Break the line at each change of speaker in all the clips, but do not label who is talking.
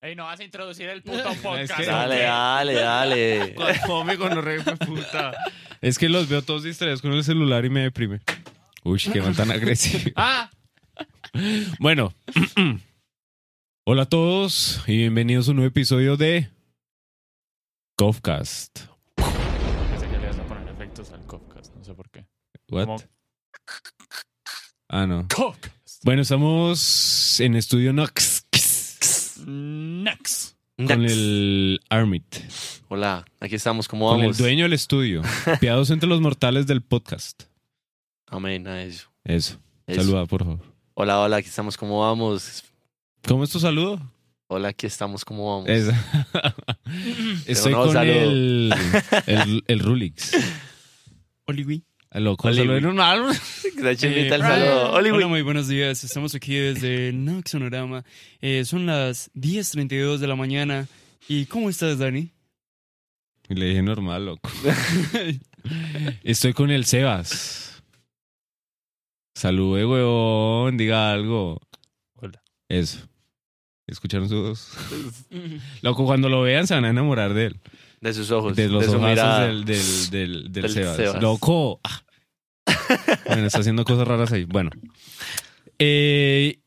Ey, no vas a introducir el puto podcast.
que-
Dale,
hombre.
dale, dale.
Los cómicos no re puta. Es que los veo todos distraídos con el celular y me deprime. Uy, que no tan agresivo.
Ah,
Bueno. Hola a todos y bienvenidos a un nuevo episodio de Cofcast.
pensé que le ibas a poner efectos al podcast, no sé por qué.
What?
Como-
Ah, no.
Podcast.
Bueno, estamos en estudio Nox
Next.
con
Next.
el Armit,
Hola, aquí estamos, ¿cómo
con el
vamos?
dueño del estudio, piados entre los mortales del podcast.
Amén a eso.
Eso.
Eso.
Saluda, por favor.
Hola, hola, aquí estamos, ¿cómo vamos?
¿Cómo es tu saludo?
Hola, aquí estamos, ¿cómo vamos?
Es- Estoy
no,
con
saludo.
el, el, el Rulix.
Oligui.
A lo
Oli,
saludé
güey.
en un álbum.
Gracias, invita el
Brian.
saludo. Oli, güey.
Hola, muy buenos días. Estamos aquí desde Nox Sonorama. Eh, son las 10.32 de la mañana. ¿Y cómo estás, Dani?
Y le dije normal, loco. Estoy con el Sebas. Salude, huevón. Diga algo.
Hola.
Eso. ¿Escucharon sus dos? Loco, cuando lo vean se van a enamorar de él.
pues, De sus ojos,
De los
su
ojazos
mirada.
del, del, del, del
Del
Sebas.
Sebas.
Loco. Ah. Bueno, está haciendo cosas raras ahí. Bueno. Eh,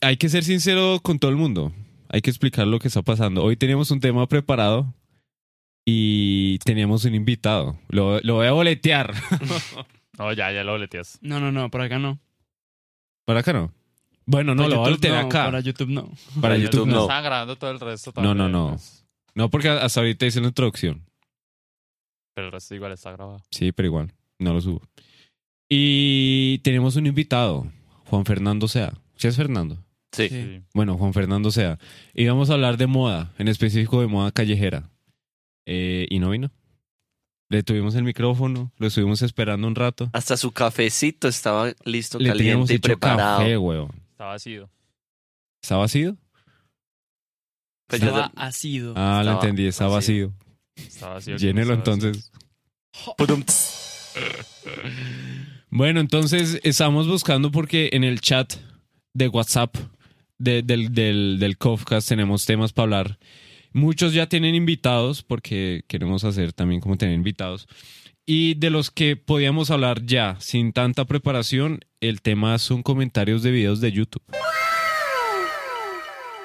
hay que ser sincero con todo el mundo. Hay que explicar lo que está pasando. Hoy teníamos un tema preparado y teníamos un invitado. Lo, lo voy a boletear.
No, ya, ya lo boleteas.
No, no, no, para acá no.
¿Para acá no? Bueno, no,
Para
lo voy a
YouTube
boletear
no,
acá.
Para
Para,
YouTube no.
para
YouTube,
YouTube
no.
no.
Estaban grabando todo el resto
No,
también.
no, no.
pues,
No, porque hasta ahorita hice la introducción.
Pero el resto igual está grabado.
Sí, pero igual, no lo subo. Y tenemos un invitado, Juan Fernando Sea. ¿Sí es Fernando?
Sí.
Sí.
Sí.
Bueno, Juan Fernando Sea. Y vamos a hablar de moda, en específico de moda callejera. Eh, y no vino. Le tuvimos el micrófono, lo estuvimos esperando un rato.
Hasta su cafecito estaba listo,
Le teníamos
caliente y
hecho
preparado.
café, weón.
Está vacío.
¿Está vacío?
Pues yo-
Estaba ácido.
Ah, lo
Estaba
entendí, está
vacío.
vacío.
Está vacío.
Llénelo
Está vacío.
entonces.
Pudum, tss.
Bueno, entonces estamos buscando porque en el chat de WhatsApp de- del, del, del Kofcast tenemos temas para hablar. Muchos ya tienen invitados porque queremos hacer también como tener invitados. Y de los que podíamos hablar ya, sin tanta preparación, el tema son comentarios de videos de YouTube.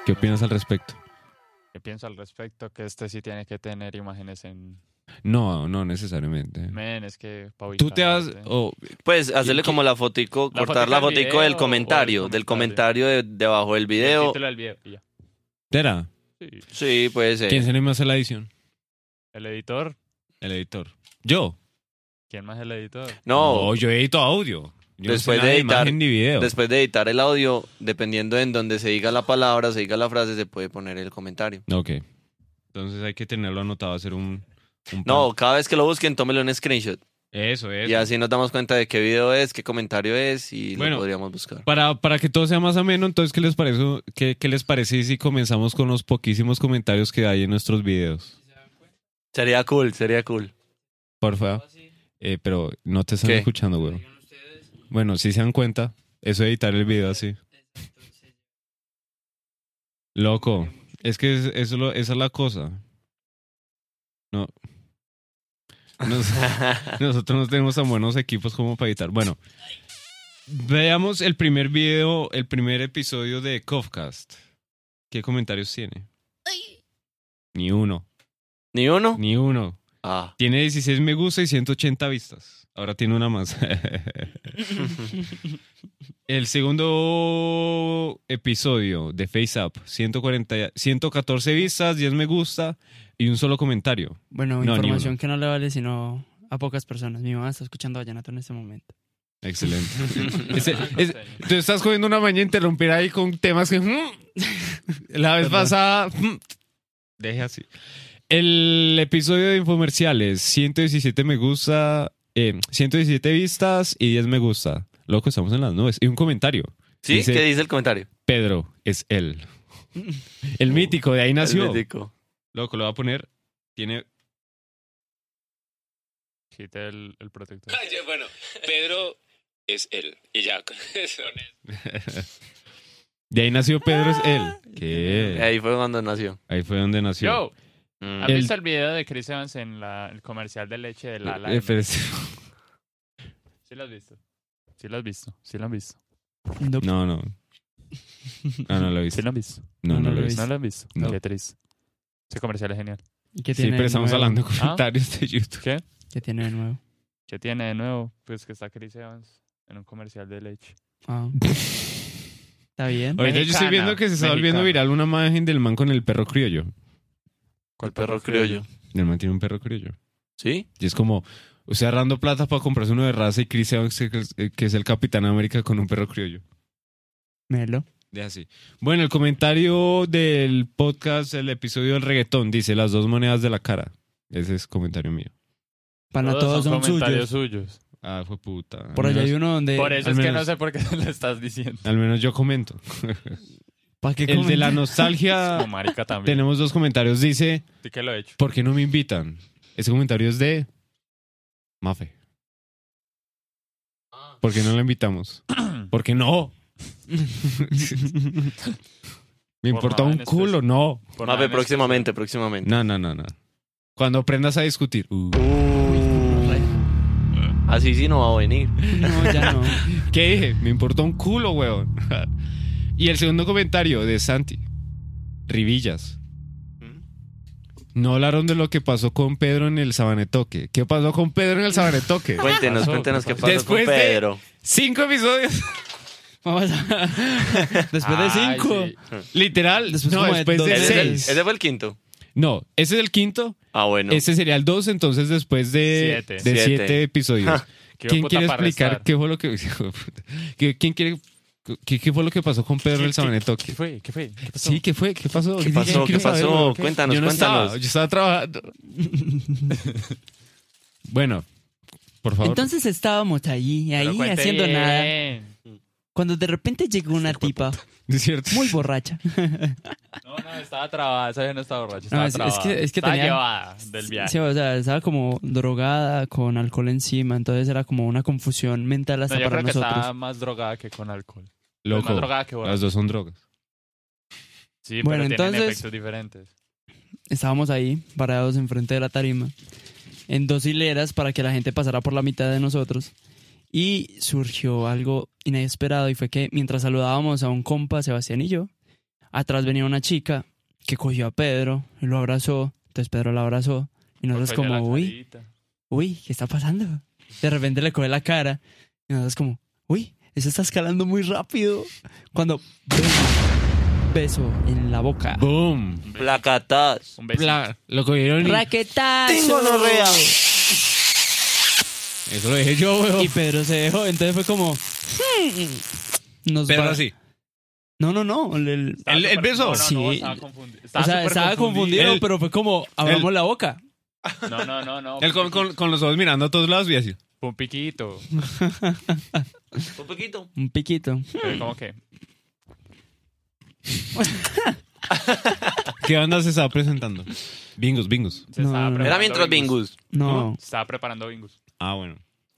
¿Qué opinas al respecto?
¿Qué pienso al respecto? Que este sí tiene que tener imágenes en.
No, no necesariamente.
Men, es que. pa'
Tú te
ubicar,
has...
¿sí?
o-
Pues hacerle
¿Qué-
como la fotico,
¿La
cortar
fotico
la
del
fotico
video
del
o
comentario,
el
del
comentario?
comentario de- debajo del
El
video.
título del video. y ya.
Tera,
Sí.
Sí, puede ser.
¿quién se anima a hacer la edición?
El editor.
El editor. Yo.
¿Quién más es el editor?
No,
yo edito audio. Yo no
Después
sé nada
de editar-
imagen ni video.
Después de editar el audio, dependiendo en donde se diga la palabra, se diga la frase, se puede poner el comentario.
Ok. Entonces hay que tenerlo anotado, hacer un... un
No, cada vez que lo busquen, tómelo en screenshot.
plan. Eso, eso.
Y así nos damos cuenta de qué video es, qué comentario es y
Bueno.
lo podríamos buscar.
Para, para que todo sea más ameno, entonces, ¿qué les, parece, qué, qué les parece si comenzamos con los poquísimos comentarios que hay en nuestros videos?
Sería cool, sería cool.
Por favor. Eh, pero no te están
¿Qué?
escuchando, güey. Bueno, si se dan cuenta, eso de editar el video así. Loco, es que es- eso lo- esa es la cosa. No. No sé. Nosotros no tenemos tan buenos equipos como para editar. Bueno, veamos el primer video, el primer episodio de Kofcast. ¿Qué comentarios tiene? Ni uno,
¿Ni uno?
ni uno.
Ah.
Tiene 16 me gusta y 180 vistas. Ahora tiene una más. el segundo episodio de FaceApp, 140, 114 vistas, 10 me gusta y un solo comentario.
Bueno,
No, ni
información
uno.
que no le vale sino a pocas personas. Mi mamá está escuchando Vallenato en este momento.
Excelente. Ese-
Ah,
ese- Tú estás cogiendo una maña a interrumpir ahí con temas que. "Mm". La vez
Perdón.
pasada. "Mm". Deje así. El episodio de infomerciales: 117 me gusta, eh, 117 vistas y 10 me gusta. Loco, estamos en las nubes. Y un comentario:
¿Sí?
Dice-
¿Qué dice el comentario?
Pedro es él. El mítico, de ahí
El
nació.
mítico.
Loco, lo voy a poner. Tiene.
Quité el, el protector.
Ay, yo- Bueno, Pedro es él. Y ya, con eso. Ah.
De ahí nació Pedro es él. ¿Qué?
Ahí fue cuando nació.
Ahí fue donde nació.
Yo,
Mm.
¿has
El-
visto el video de Chris Evans en la, el comercial de leche de la
Eh, pero es-
Sí lo has visto. Sí lo has visto. Sí lo has visto.
No,
No, no. Ah, no lo he visto.
Sí lo has visto.
No, no lo he visto.
No lo has visto.
No.
Qué triste. Ese comercial es genial.
¿Y qué
Sí,
tiene
pero
de
estamos
nuevo? ¿Ah?
hablando de comentarios de YouTube.
¿Qué?
¿Qué tiene de nuevo?
¿Qué tiene de nuevo? Pues que está Chris Evans en un comercial de leche.
Ah, ¿Está bien?
Oye,
Ahorita yo estoy
Mexicana,
viendo que se está volviendo
mexicana.
viral una imagen del man con el perro criollo.
¿Cuál
perro criollo?
El man tiene un perro criollo.
¿Sí?
Y es como, usted ahorrando plata para comprarse uno de raza y Chris Evans, que que es el Capitán América con un perro criollo.
Melo.
De así. Bueno, el comentario del podcast, el episodio del reggaetón, dice las dos monedas de la cara. Ese es comentario mío.
Para todos, son,
comentarios
suyos.
suyos.
Ah, fue puta.
Por
al
allá hay
menos,
uno donde...
Por eso
Eh, al
es que no
menos-
sé por qué lo estás diciendo.
al menos yo comento.
¿Para qué
El de la
comentar?
Como
nostalgia,
marica también.
Ah, tenemos dos comentarios. Dice,
Sí que lo he hecho.
¿por qué no me invitan? Ese comentario es de Mafe. ¿Por qué no la invitamos? ¿Por qué no?
Por
me importa
nada
un
en
culo, no.
Por
Mabe,
nada en
próximamente, próximamente.
No, no, no, no. Cuando aprendas a discutir. Uh.
Así sí no va a venir.
No, ya no.
¿Qué dije? Me importó un culo, weón. y el segundo comentario de Santi. Rivillas. No hablaron de lo que pasó con Pedro en el Sabanetoque. ¿Qué pasó con Pedro en el Sabanetoque?
Cuéntenos,
pasó?
cuéntenos qué
¿Qué
pasó
Después
con
de-
Pedro.
Cinco episodios.
Vamos a... Después de
Ay,
cinco.
sí.
Literal.
Después
no,
como de
después de,
dos
¿Ese, es el,
seis.
veces.
ese fue el quinto.
No, ese es el quinto.
Ah, bueno.
Ese sería el dos. Entonces, después de
Siete.
de
Siete.
siete, episodios.
Qué
¿Quién
puta
quiere
para
explicar
restar.
qué fue lo que. qué- ¿Quién quiere.? ¿Qué, qué fue lo que pasó con Pedro en el
¿Qué
Sabanetoque?
fue? ¿Qué fue? ¿Qué pasó?
Sí, ¿qué fue? ¿Qué pasó?
¿Qué pasó? ¿Qué
Quiero saber,
pasó?
weón.
Cuéntanos,
Yo no estaba,
cuéntanos.
yo estaba trabajando. bueno, por favor.
Entonces estábamos allí,
Pero
ahí,
cuente
haciendo
bien.
nada. Cuando de repente llegó una tipa
es cierto.
muy borracha.
No, no, estaba trabada. Esa vieja no estaba borracha. Estaba
No, es- es
trabada.
que- es que
estaba
tenía-
llevada del viaje.
Sí, o sea, estaba como drogada, con alcohol encima, entonces era como una confusión mental hasta
No, yo
para
creo que
nosotros.
estaba más drogada que con alcohol. Pues Más
Loco,
drogada que borracha.
las dos son drogas.
Sí,
Bueno,
pero tienen
entonces-
efectos diferentes.
Estábamos ahí, parados enfrente de la tarima, en dos hileras para que la gente pasara por la mitad de nosotros. Y surgió algo inesperado y fue que mientras saludábamos a un compa, Sebastián y yo, atrás venía una chica que cogió a Pedro y lo abrazó. Entonces Pedro la abrazó y nosotros
Golpeó la
como, uy,
carita.
uy, ¿qué está pasando? De repente le coge la cara y nosotros como, uy, eso está escalando muy rápido. Cuando ¡bum! beso en la boca.
¡Boom!
Placatas.
Un besito.
Pla- lo cogieron y...
Raquetazo.
Eso lo dije yo, weón.
Y Pedro se dejó, entonces fue como. hmm, Nos
Pero
va-
así.
No, no, no. el- el-
Estaba
¿El- el
súper-
beso?
No, no, no,
Sí.
estaba confundido.
o sea, estaba confundido,
El-
pero fue como abramos la boca.
No, no, no, no.
Él con, con- con los ojos mirando a todos lados y así.
Fue Un piquito.
Un poquito.
Un piquito.
Pero como que.
¿Qué banda se estaba presentando? Bingos, bingos.
Se
No,
estaba
no, no.
preparando
Era mientras Bingus.
No.
Se estaba preparando bingus.
Ah, bueno.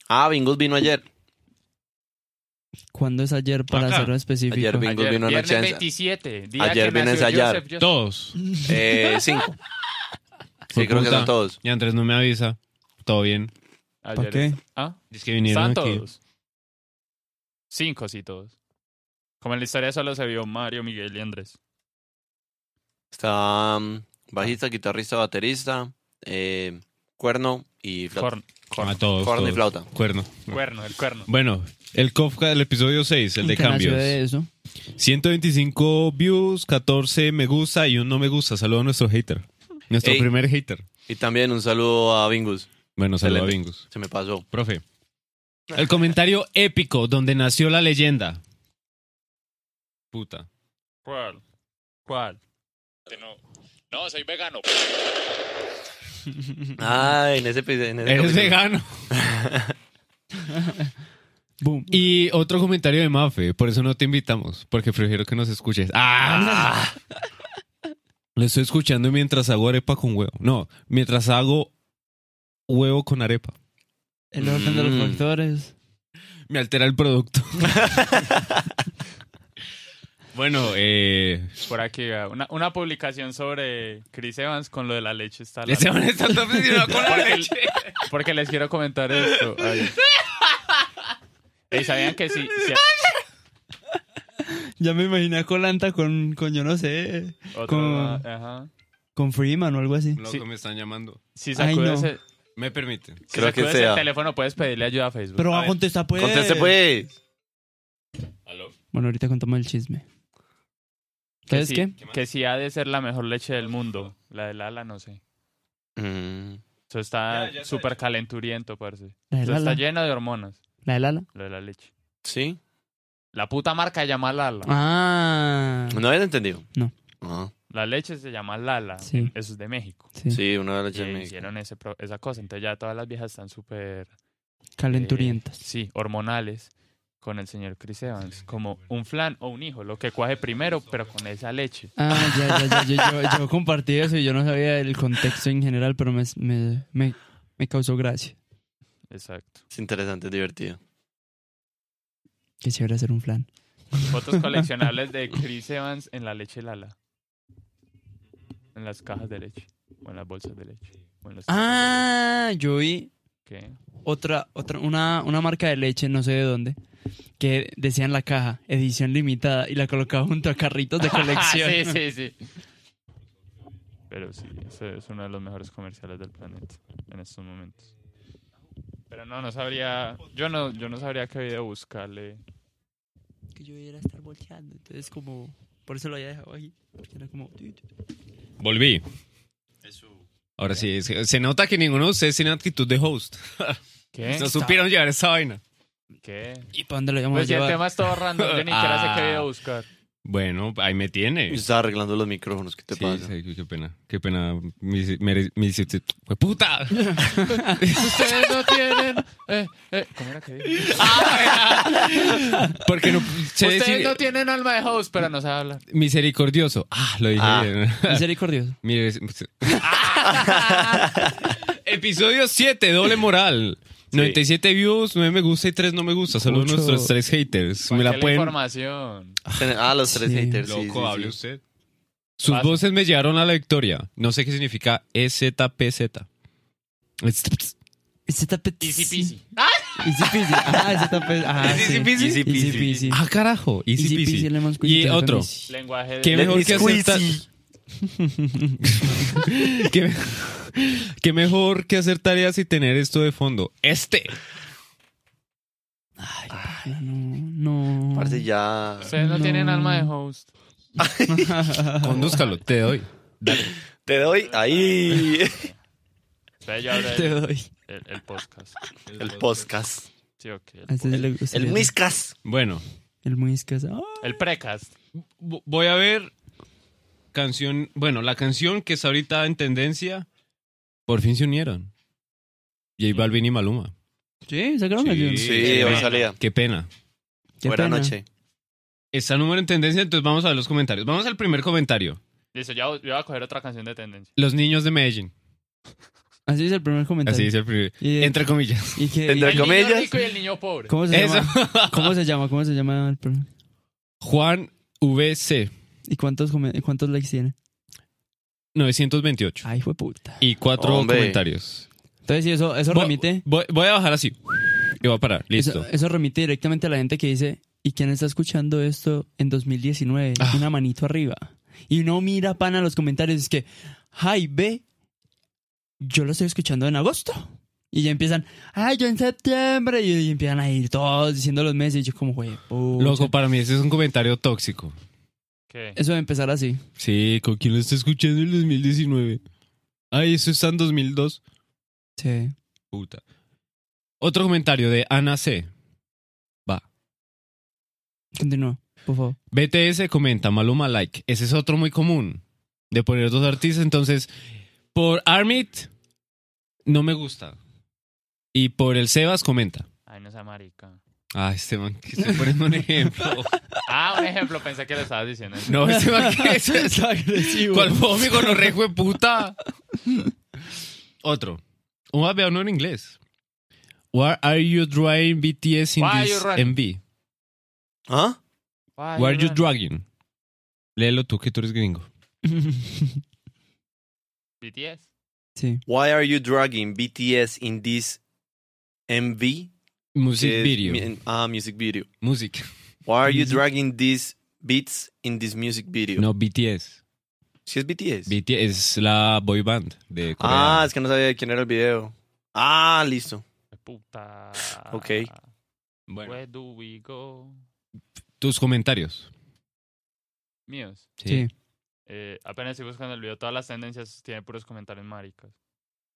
Ah, Bingus vino ayer.
¿Cuándo es ayer para
Acá.
ser específico?
Ayer vi- Bingus
Ayer,
vino a la
viernes
chance.
27. Día
Ayer
que
vino a
nació
ensayar.
Joseph- Joseph-
Todos.
Eh, cinco. Sí,
Fue
creo que
puta.
son todos.
Y Andrés no me avisa. Todo bien.
Ayer
¿Para qué?
está- Ah,
Es que vinieron
están
aquí.
todos. Cinco, sí, todos. Como en la historia solo se vio Mario, Miguel y Andrés.
Está mm, bajista, guitarrista, baterista, eh, cuerno y flauta.
Corn, corn-
A Ah, todos.
Cuerno y
todos.
flauta.
Cuerno.
cuerno, el cuerno.
Bueno, el Kofka del episodio 6, el de
¿Qué nació
cambios.
de eso?
125 views, 14 me gusta y un no me gusta. Saludo a nuestro hater. Nuestro
Ey.
primer hater.
Y también un saludo a Bingus.
Bueno, saludo a
Excelente.
Bingus.
Se me pasó.
Profe. El comentario épico donde nació la leyenda. Puta.
¿Cuál? ¿Cuál? No, no, soy vegano.
Ah, en ese episodio. en ese
Eres
capítulo.
vegano.
Boom.
Y otro comentario de Mafe. Por eso no te invitamos. Porque prefiero que nos escuches. ¡Ah! Lo estoy escuchando mientras hago arepa con huevo. No, mientras hago huevo con arepa.
El orden de
Mm.
los factores.
Me altera el producto. Bueno, eh.
Por aquí, ah, una, una publicación sobre Chris Evans con lo de la leche está la-
Esteban está tan obsesionado con la
Porque-
leche.
Porque les quiero comentar esto. Ay. Ey, ¿Sabían que si, si-
Ya me imaginé a Colanta con, con yo no sé,
otro-
Con-
ajá.
con Freeman o algo así.
Loco,
Sí.
me están llamando.
Si
Ay, no.
sacudes, el-
Me permiten.
si
Creo que
sacudes el
sea.
teléfono, puedes pedirle ayuda a Facebook.
Pero
A
va a
ver.
contestar pues.
Conteste pues.
Bueno, ahorita contamos el chisme.
Que
¿Sabes
sí-
qué?
Que si ha de ser la mejor leche del mundo. La del ala, no sé.
Mm.
Eso está
Ya, ya está
súper calenturiento, parce.
La del
Eso está
ala.
lleno de hormonas,
La del ala.
lo de la leche.
¿Sí?
La puta marca se llama Lala.
Ah.
¿No habías entendido?
No.
Ah,
La leche se llama Lala.
Sí.
Eso es de México.
Sí.
sí, una de las
Y
leches de México.
hicieron ese pro- esa cosa. Entonces ya todas las viejas están súper... eh,
Calenturientas.
sí, hormonales con el señor Chris Evans. Como un flan o un hijo. Lo que cuaje primero, pero con esa leche.
Ah, ya, ya, ya. Yo, yo- yo compartí eso y yo no sabía el contexto en general, pero me, me, me, me causó gracia.
Exacto.
Es interesante, es divertido.
Qué chévere hacer un flan.
Fotos coleccionables de Chris Evans en la leche Lala. En las cajas de leche. O en las bolsas de leche. o en los tazos de
Ah, yo vi
leche. ¿Qué?
otra, otra, una, una marca de leche, no sé de dónde, que decía en la caja, edición limitada, y la colocaba junto a carritos de colección.
sí, sí, sí. Pero sí, ese es uno de los mejores comerciales del planeta en estos momentos. Pero no, no sabría. Yo no, yo no sabría qué video buscarle.
Que yo iba a estar volteando, entonces como, por eso lo había dejado ahí. porque Era como...
Volví. Ahora sí, es que se nota que ninguno de ustedes tiene actitud de host.
¿Qué?
No supieron llevar esa vaina.
¿Qué?
¿Y para dónde lo íbamos
Pues
a
si el
llevar?
tema es todo random, yo ni siquiera sé qué
Ah.
video buscar.
Bueno, ahí me
Yo
tiene.
estaba arreglando los micrófonos, ¿qué te
Sí,
pasa?
sí, qué pena. Qué pena. Mi, mere- mi- ¡Fue puta!
Ustedes no tienen. eh, eh, ¿Cómo era que dije?
Porque no. se
Ustedes
decide-
no tienen alma de host, pero no saben hablar.
Misericordioso. Ah, lo dije
Ah.
bien.
Misericordioso.
Mire, es- pues, Episodio 7, doble moral. 97 views, 9 me gusta y 3 no me gusta. Solo
Mucho-
nuestros 3 haters. Me la
Cualquier
pueden.
información.
Ah, los tres
Sí.
haters. sí, sí,
Loco,
sí.
hable usted. Sus
Pasa.
voces me llevaron a la victoria. No sé qué significa E EZPZ. Es-
Ese tapete.
Easy peasy.
Easy peasy. Ah, ese tapete. Ah, sí.
Easy peasy.
Easy peasy.
Ah, carajo. Easy,
Easy
peasy.
peasy, lemon squeezy,
Y
lemon
otro.
squeezy.
Lenguaje de.
¿Qué
Let
mejor
me
que
squeeze.
aceptar- ¿Qué, me- qué mejor que hacer tareas y tener esto de fondo. Este.
Ay, pana, no, no.
Parce, ya.
Ustedes no,
No.
tienen alma de host.
Condúzcalo, te doy.
Te doy ahí
Ustedes ya hablan
Te doy.
el, el podcast.
el podcast.
Sí, ok. El,
A este le gusta
El miscas.
Bueno,
El muiscas. Ah,
el precast.
vo- voy a ver canción. Bueno, la canción que está ahorita en tendencia. Por fin se unieron. J Balvin y Maluma.
Sí, sacaron la canción.
Sí,
qué
hoy
pena.
salía.
Qué pena.
Qué
Buena
pena.
noche.
Está número en tendencia, entonces vamos a ver los comentarios. Vamos al primer comentario.
Listo, ya voy- yo voy a coger otra canción de tendencia.
Los niños de Medellín.
Así es el primer comentario.
Así dice el primer.
Y, eh,
Entre comillas.
y que-
Entre
El niño
comillas.
rico y el niño pobre.
¿Cómo se
Eso.
llama? ¿Cómo se llama? ¿Cómo se llama el primer?
Juan VC
¿Y cuántos, come- cuántos likes tiene?
928.
Ay, fue puta.
Y cuatro
Hombre.
comentarios.
Entonces, sí, eso, eso
Voy-
remite.
Voy, voy a bajar así. Y voy a parar. Listo.
Eso, eso remite directamente a la gente que dice, ¿y quién está escuchando esto en 2019?
Ah.
Una manito arriba. Y no mira pana los comentarios, es que, ay, ve, yo lo estoy escuchando en agosto. Y ya empiezan, ay, yo en septiembre. Y, y empiezan a ir todos diciendo los meses. Y yo como, güey, pucha".
Loco, para mí ese es un comentario tóxico.
¿Qué?
Eso de empezar así.
Sí, ¿con quién lo está escuchando en el 2019? Ay, eso está en 2002.
Sí.
Puta. Otro comentario de Ana C. Va.
Continúa, por favor.
BTS comenta Maluma like. Ese es otro muy común de poner dos artistas. Entonces, por Armit no me gusta. Y por el Sebas comenta.
Ay, no sea marica.
Ah, este man que se pone un ejemplo.
Ah, un ejemplo, pensé que lo estabas diciendo.
No, este man que es.
agresivo.
¿Cuál fue mi gonorrea, hijo de puta? Otro. Un veo uno en inglés. Where are you driving BTS in
Why
this
you running?
MV?
¿Ah?
Why
Where are you
run?
dragging? Léelo tú, que tú eres gringo.
BTS.
sí.
Why are you dragging BTS in this MV?
Music
Que es
video.
mi- Ah, music video.
Music.
Why are you
Music.
dragging these beats in this music video?
No, BTS.
Si es BTS.
BTS es la boy band de Corea.
ah, es que no sabía de quién era el video. Ah, listo.
Puta.
Ok.
Bueno,
Where do we go?
tus comentarios.
Míos.
Sí.
Eh, apenas estoy buscando el video. Todas las tendencias tienen puros comentarios maricas.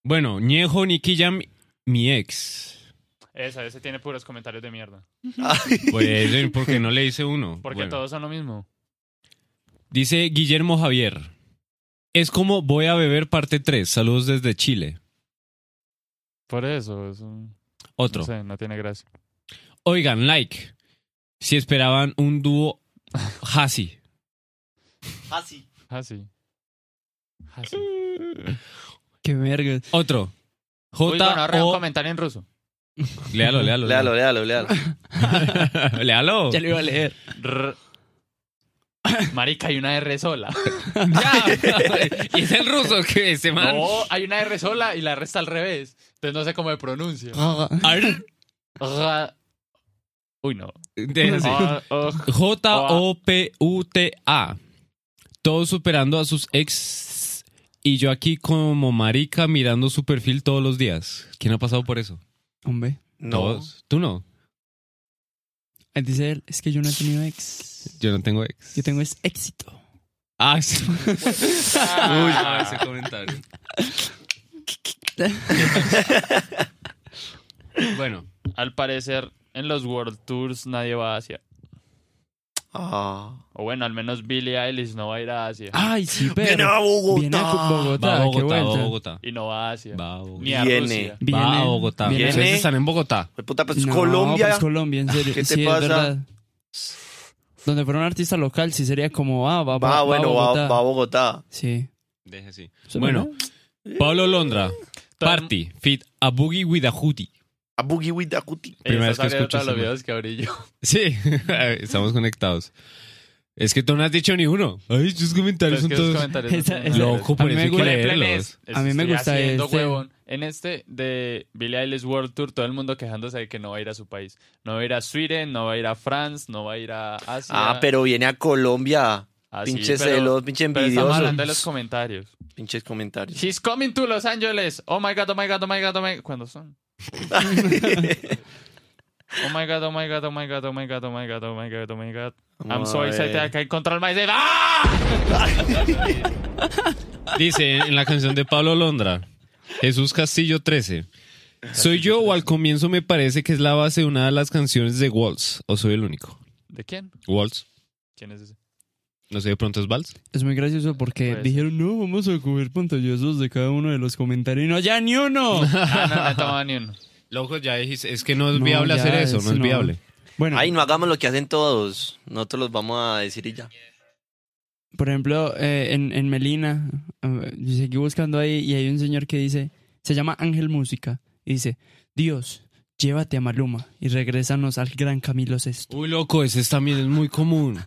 Bueno, Ñejo, Nicky Jam, mi ex.
Esa, ese tiene puros comentarios de mierda.
Por eso, Pues, eh, porque no le hice uno.
Porque
Bueno.
todos son lo mismo.
Dice Guillermo Javier. Es como voy a beber parte 3. Saludos desde Chile.
Por eso, es un-
Otro.
No sé, no tiene gracia.
Oigan, like. Si esperaban un dúo Hasi.
Ah, sí.
Así. Así.
Qué verga.
Otro.
Uy,
J.
bueno, arre, un
o-
comentario en ruso.
Léalo, léalo.
Léalo, léalo, léalo.
léalo. léalo.
Ya lo iba a leer.
R- Marica, hay una R sola.
Ya. y es el ruso que ese man.
No, hay una R sola y la R está al revés. Entonces no sé cómo se pronuncia.
Ar-
Ra- Uy, no.
de- sí.
Ah, oh,
J-O-P-U-T-A. Todos superando a sus ex. Y yo aquí como marica mirando su perfil todos los días. ¿Quién ha pasado por eso?
Hombre.
No.
Todos. Tú no.
Ahí Dice él, es que yo no he tenido ex.
Yo no tengo ex.
Yo tengo es éxito.
Ah, sí. Uy, no, ese comentario. bueno,
al parecer, en los World Tours nadie va a Asia.
Ah.
O bueno, al menos Billie Eilish no va a ir a Asia.
Ah.
Ay, sí, pero.
Viene a Bogotá.
Viene a Bogotá.
va a
qué
Bogotá, va a
vuelta.
Bogotá.
Y no va a Asia.
Va a
Ni
Bogotá.
a
Viene.
Rusia.
Viene-
Va a Bogotá.
viene-
Viene-
Ustedes están en Bogotá.
Pues puta, pues es
No,
Colombia.
pues Colombia, en serio.
¿Qué te
Sí, es
pasa?
verdad. Donde fuera un artista local, sí sería como, ah, va, va,
ah, bueno, va,
Bogotá.
va a Bogotá.
Sí.
Deje así.
Eso es
Bueno,
verdad.
Pablo Londra,
Todo el-
Party, Fit, a Boogie with a Hoodie.
A Boogie with a Cutie.
Ey,
Primera vez
estás
que
abriendo
escucho
todos
ese
los
man.
videos que abrí yo.
Sí, estamos conectados. Es que tú no has dicho ni uno. Ay, tus
Pero es
comentarios son
que esos
todos.
comentarios no
Esa-
son reales.
esa-
Loco,
A
por
mí
eso
me
hay que
Por ejemplo, en
leerlos.
es-
A mí me
estoy
gusta
haciendo
este.
huevón. En este de Billie Eilish World Tour, todo el mundo quejándose de que no va a ir a su país. No va a ir a Sweden, no va a ir a France, no va a ir a Asia.
Ah, pero viene a Colombia.
Ah, sí,
pinche
pero-
celos, pinche
Pero estamos
envidioso.
hablando de los comentarios.
Pinches comentarios.
She's coming to Los Angeles. Oh my god, oh my god, oh my god, oh my ¿Cuándo son? Oh my god, oh my god, oh my god, oh my god, oh my god, oh my god, oh my god. I'm so excited I can control myself. ¡Ah!
Dice en la canción de Pablo Londra, Jesús Castillo 13. ¿Soy yo o al comienzo me parece que es la base de una de las canciones de Waltz? ¿O soy el único?
¿De quién?
Waltz.
¿Quién es ese?
No sé, de pronto es Waltz.
Es muy gracioso porque
Puede
dijeron, no, vamos a coger pantallazos de cada uno de los comentarios. Y no, ya ni uno.
Ah, no, no he tomado ni uno.
Loco, ya dijiste, es que no es
No,
viable
ya,
hacer eso,
eso
no es
no.
viable.
bueno,
Ay, no hagamos lo que hacen todos. Nosotros los vamos a decir y ya.
por ejemplo, eh, en, en Melina, eh, yo seguí buscando ahí y hay un señor que dice, se llama Ángel Música, y dice, Dios, llévate a Maluma y regrésanos al gran Camilo Sesto.
Uy, loco, ese es- también es muy común.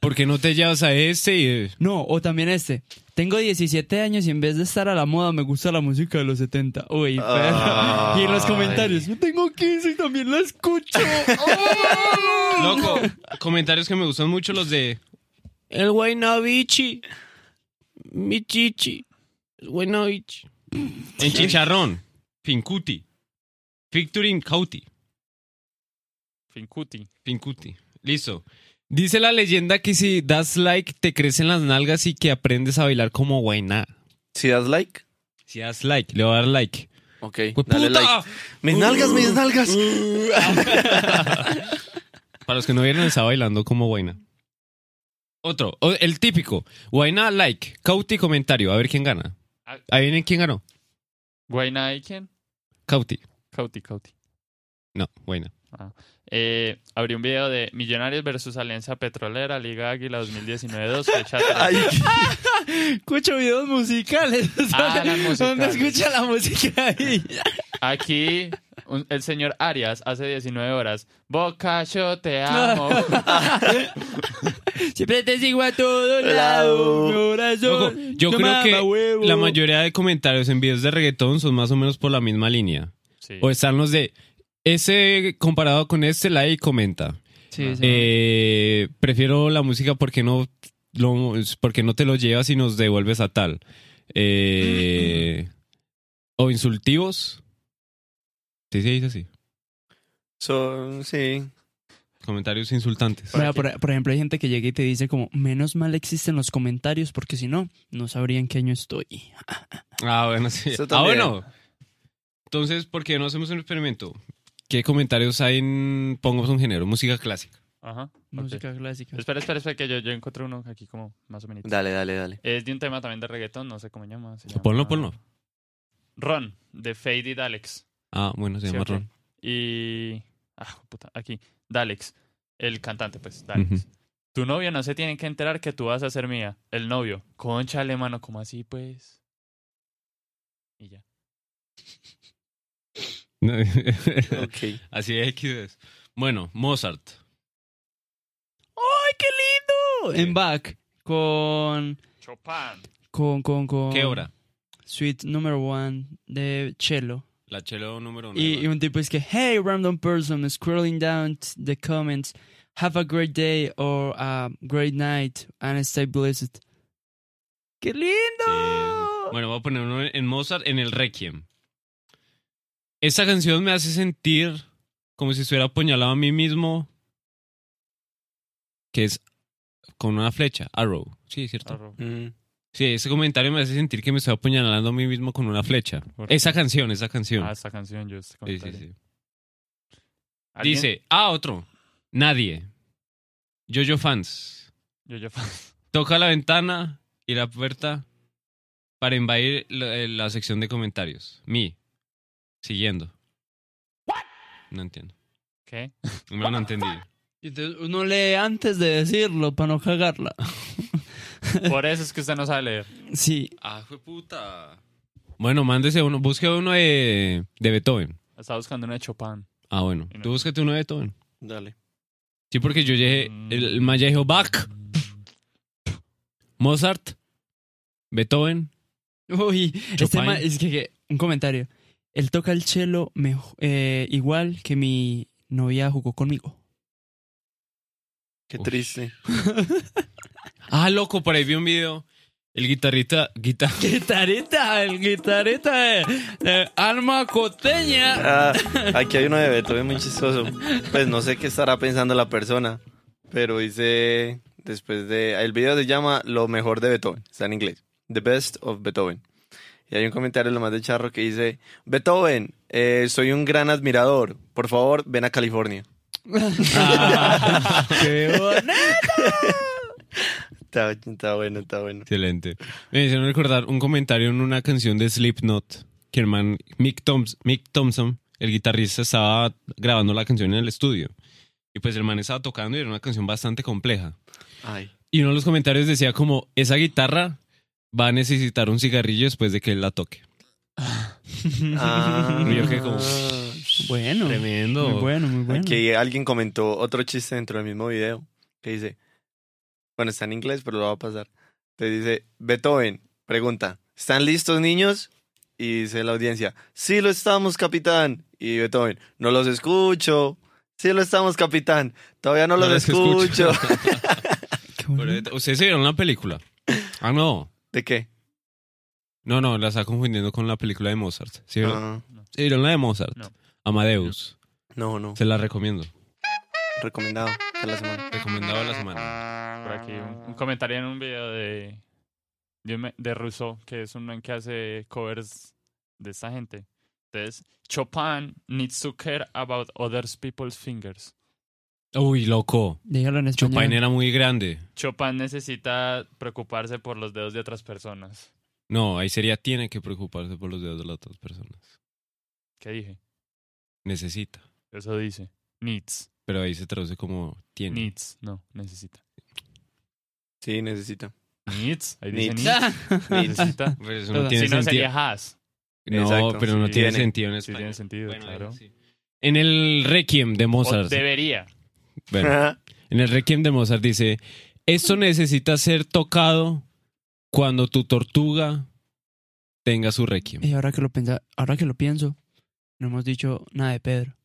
Porque no te llevas a este y... eh,
No, o también este. Tengo 17 años y en vez de estar a la moda me gusta la música de los 70. Uy, perro.
Ay.
pues, Y en los comentarios, yo tengo 15 y también la escucho. ¡Oh!
Loco, comentarios que me gustan mucho los de... El Guaynabichi. Mi chichi. El Guaynabichi. En chicharrón. Fincuti. Victorin Cauti.
Fincuti.
Pincuti. Listo. Dice la leyenda que si das like te crecen las nalgas y que aprendes a bailar como guainá.
Si Ah. das like,
Si das like, le voy a dar like.
ok. Dale
¡Puta!
like. Mis nalgas, mis nalgas.
Para los que no vieron, estaba bailando como guainá. Otro, o- el típico. Guainá, like. Cauti, comentario. A ver quién gana. Ahí viene quién ganó.
Guayna y quién?
Cauti.
Cauti, Cauti.
No, guainá.
Eh, abrí un video de Millonarios versus Alianza Petrolera, Liga Águila 2019-2, fecha
Ay,
13.
Escucho videos musicales.
Ah,
¿Dónde-
las musicales.
¿Dónde escucha la música ahí?
Aquí un- el señor Arias hace 19 horas. Boca, yo te amo.
Siempre te sigo a todo lado,
Loco,
corazón.
yo
no
creo que
mama huevo.
la mayoría de comentarios en videos de reggaetón son más o menos por la misma línea.
Sí.
O están los de ese comparado con este, la y comenta.
Sí, sí.
Eh, prefiero la música porque no, lo- porque no te lo llevas y nos devuelves a tal. Eh, o insultivos. Sí, sí, dice así.
Son, sí.
Comentarios insultantes.
Mira, por, por ejemplo, hay gente que llega y te dice como, menos mal existen los comentarios porque si no, no sabría en qué año estoy.
Ah, bueno, sí.
Eso
Ah,
también.
bueno. Entonces, ¿por qué no hacemos un experimento? ¿Qué comentarios hay en... Pongamos un género, música clásica.
Ajá.
Música clásica.
Espera, espera, espera, que yo, yo encontré uno aquí como más o menos.
Dale, dale, dale.
Es de un tema también de reggaetón, no sé cómo llama. se llama-
Ponlo, ponlo.
Ron, de Faded Alex.
Ah, bueno, se
Sí,
llama
ok.
Ron.
Y. Ah, puta, aquí. Dalex, el cantante, pues, Dalex.
Ujú.
Tu novio no se tiene que enterar que tú vas a ser mía. El novio. Concha mano, como así, pues. Y ya.
Ok.
Así es, X es. Bueno, Mozart.
¡Ay, qué lindo! En back con
Chopin.
con con con
¿Qué hora?
Suite number one de cello.
La chelo número uno.
Y, y un tipo es que, hey, random person, scrolling down t- the comments, have a great day or a great night and stay blessed. ¡Qué lindo!
Bueno, voy a poner uno en Mozart, en el Requiem. Esta canción me hace sentir como si estuviera apuñalado a mí mismo, que es con una flecha, arrow. Sí, es cierto.
Arro-
Mm.
Sí, ese comentario me hace sentir que me estoy apuñalando a mí mismo con una flecha.
Correcto.
Esa canción, esa canción.
Ah, esta canción, yo este
sí, sí,
comentario.
sí.
¿Alguien?
Dice, ah, otro. Nadie. Jojo fans.
Yo, yo,
Toca la ventana y la puerta para invadir la, la sección de comentarios. Mi. Siguiendo. No entiendo.
¿Qué?
No, no entendí.
Y Entonces uno lee antes de decirlo para no cagarla.
Por eso es que usted no sabe leer.
Sí,
Ah, fue puta. Bueno, mándese uno. Busque uno de, de Beethoven.
Está buscando una de Chopin.
Ah, bueno. Tú búscate uno de Beethoven.
Dale.
Sí, porque yo llegué, el, el man ya dijo Bach, Mozart, Beethoven.
Uy, este
Chopin.
ma- es que, que- un comentario. Él toca el cello mejo- eh, igual que mi novia jugó conmigo.
Qué
Uf.
triste.
Ah, loco, por ahí vi un video. El guitarrita, guitar,
Guitareta, el guitareta de, de alma coteña.
Ah, aquí hay uno de Beethoven muy chistoso. Pues no sé qué estará pensando la persona, pero dice después de... El video se llama Lo mejor de Beethoven, está en inglés. The best of Beethoven. Y hay un comentario lo más de charro que dice, Beethoven, eh, soy un gran admirador, por favor ven a California.
¡Qué
Está, está bueno, está bueno.
Excelente. Me hicieron recordar un comentario en una canción de Slipknot que el man Mick, Thoms- Mick Thompson, el guitarrista, estaba grabando la canción en el estudio. Y pues el man estaba tocando y era una canción bastante compleja.
Ay,
Y uno de los comentarios decía como, esa guitarra va a necesitar un cigarrillo después de que él la toque.
Ah.
Y yo quedé como,
Bueno,
Tremendo.
muy bueno, muy bueno.
Aquí alguien comentó otro chiste dentro del mismo video que dice, bueno, está en inglés, pero lo va a pasar. Te dice, Beethoven, pregunta, ¿están listos niños? Y dice la audiencia, sí lo estamos, capitán. Y Beethoven, no los escucho. Sí lo estamos, capitán. Todavía no, los, escucho.
Qué bueno.
Pero, Ustedes se vieron la película. Ah, no.
¿De qué?
No, no, la está confundiendo con la película de Mozart. ¿Sí vieron,
Ah,
¿Sí vieron la de Mozart?
No.
Amadeus.
no, no.
Se la recomiendo.
Recomendado. Hasta la semana.
Recomendado la semana.
Por aquí un, un comentario en un video de, de, un me- de Rousseau, que es un man que hace covers de esta gente. Entonces, Chopin needs to care about other people's fingers.
Uy, loco.
Dígalo en español.
Chopin era muy grande.
Chopin necesita preocuparse por los dedos de otras personas.
No, ahí sería tiene que preocuparse por los dedos de las otras personas.
¿Qué dije?
Necesita.
Eso dice. Needs.
Pero ahí se traduce como tiene.
Needs. No, necesita.
Sí, necesito.
Needs. Ahí dice
Needs.
needs.
Needs.
Necesita.
Pero eso
Pero
no tiene
si no,
sentido.
sería has.
No,
Exacto,
pero no
sí.
tiene
Tiene.
sentido en
Sí,
español.
tiene sentido,
Bueno, ahí
claro.
sí. En el Requiem de
O
Mozart.
debería.
Bueno, en el Requiem de Mozart dice: Esto necesita ser tocado cuando tu tortuga tenga su requiem.
Y ahora que lo pensa- ahora que lo pienso, no hemos dicho nada de Pedro.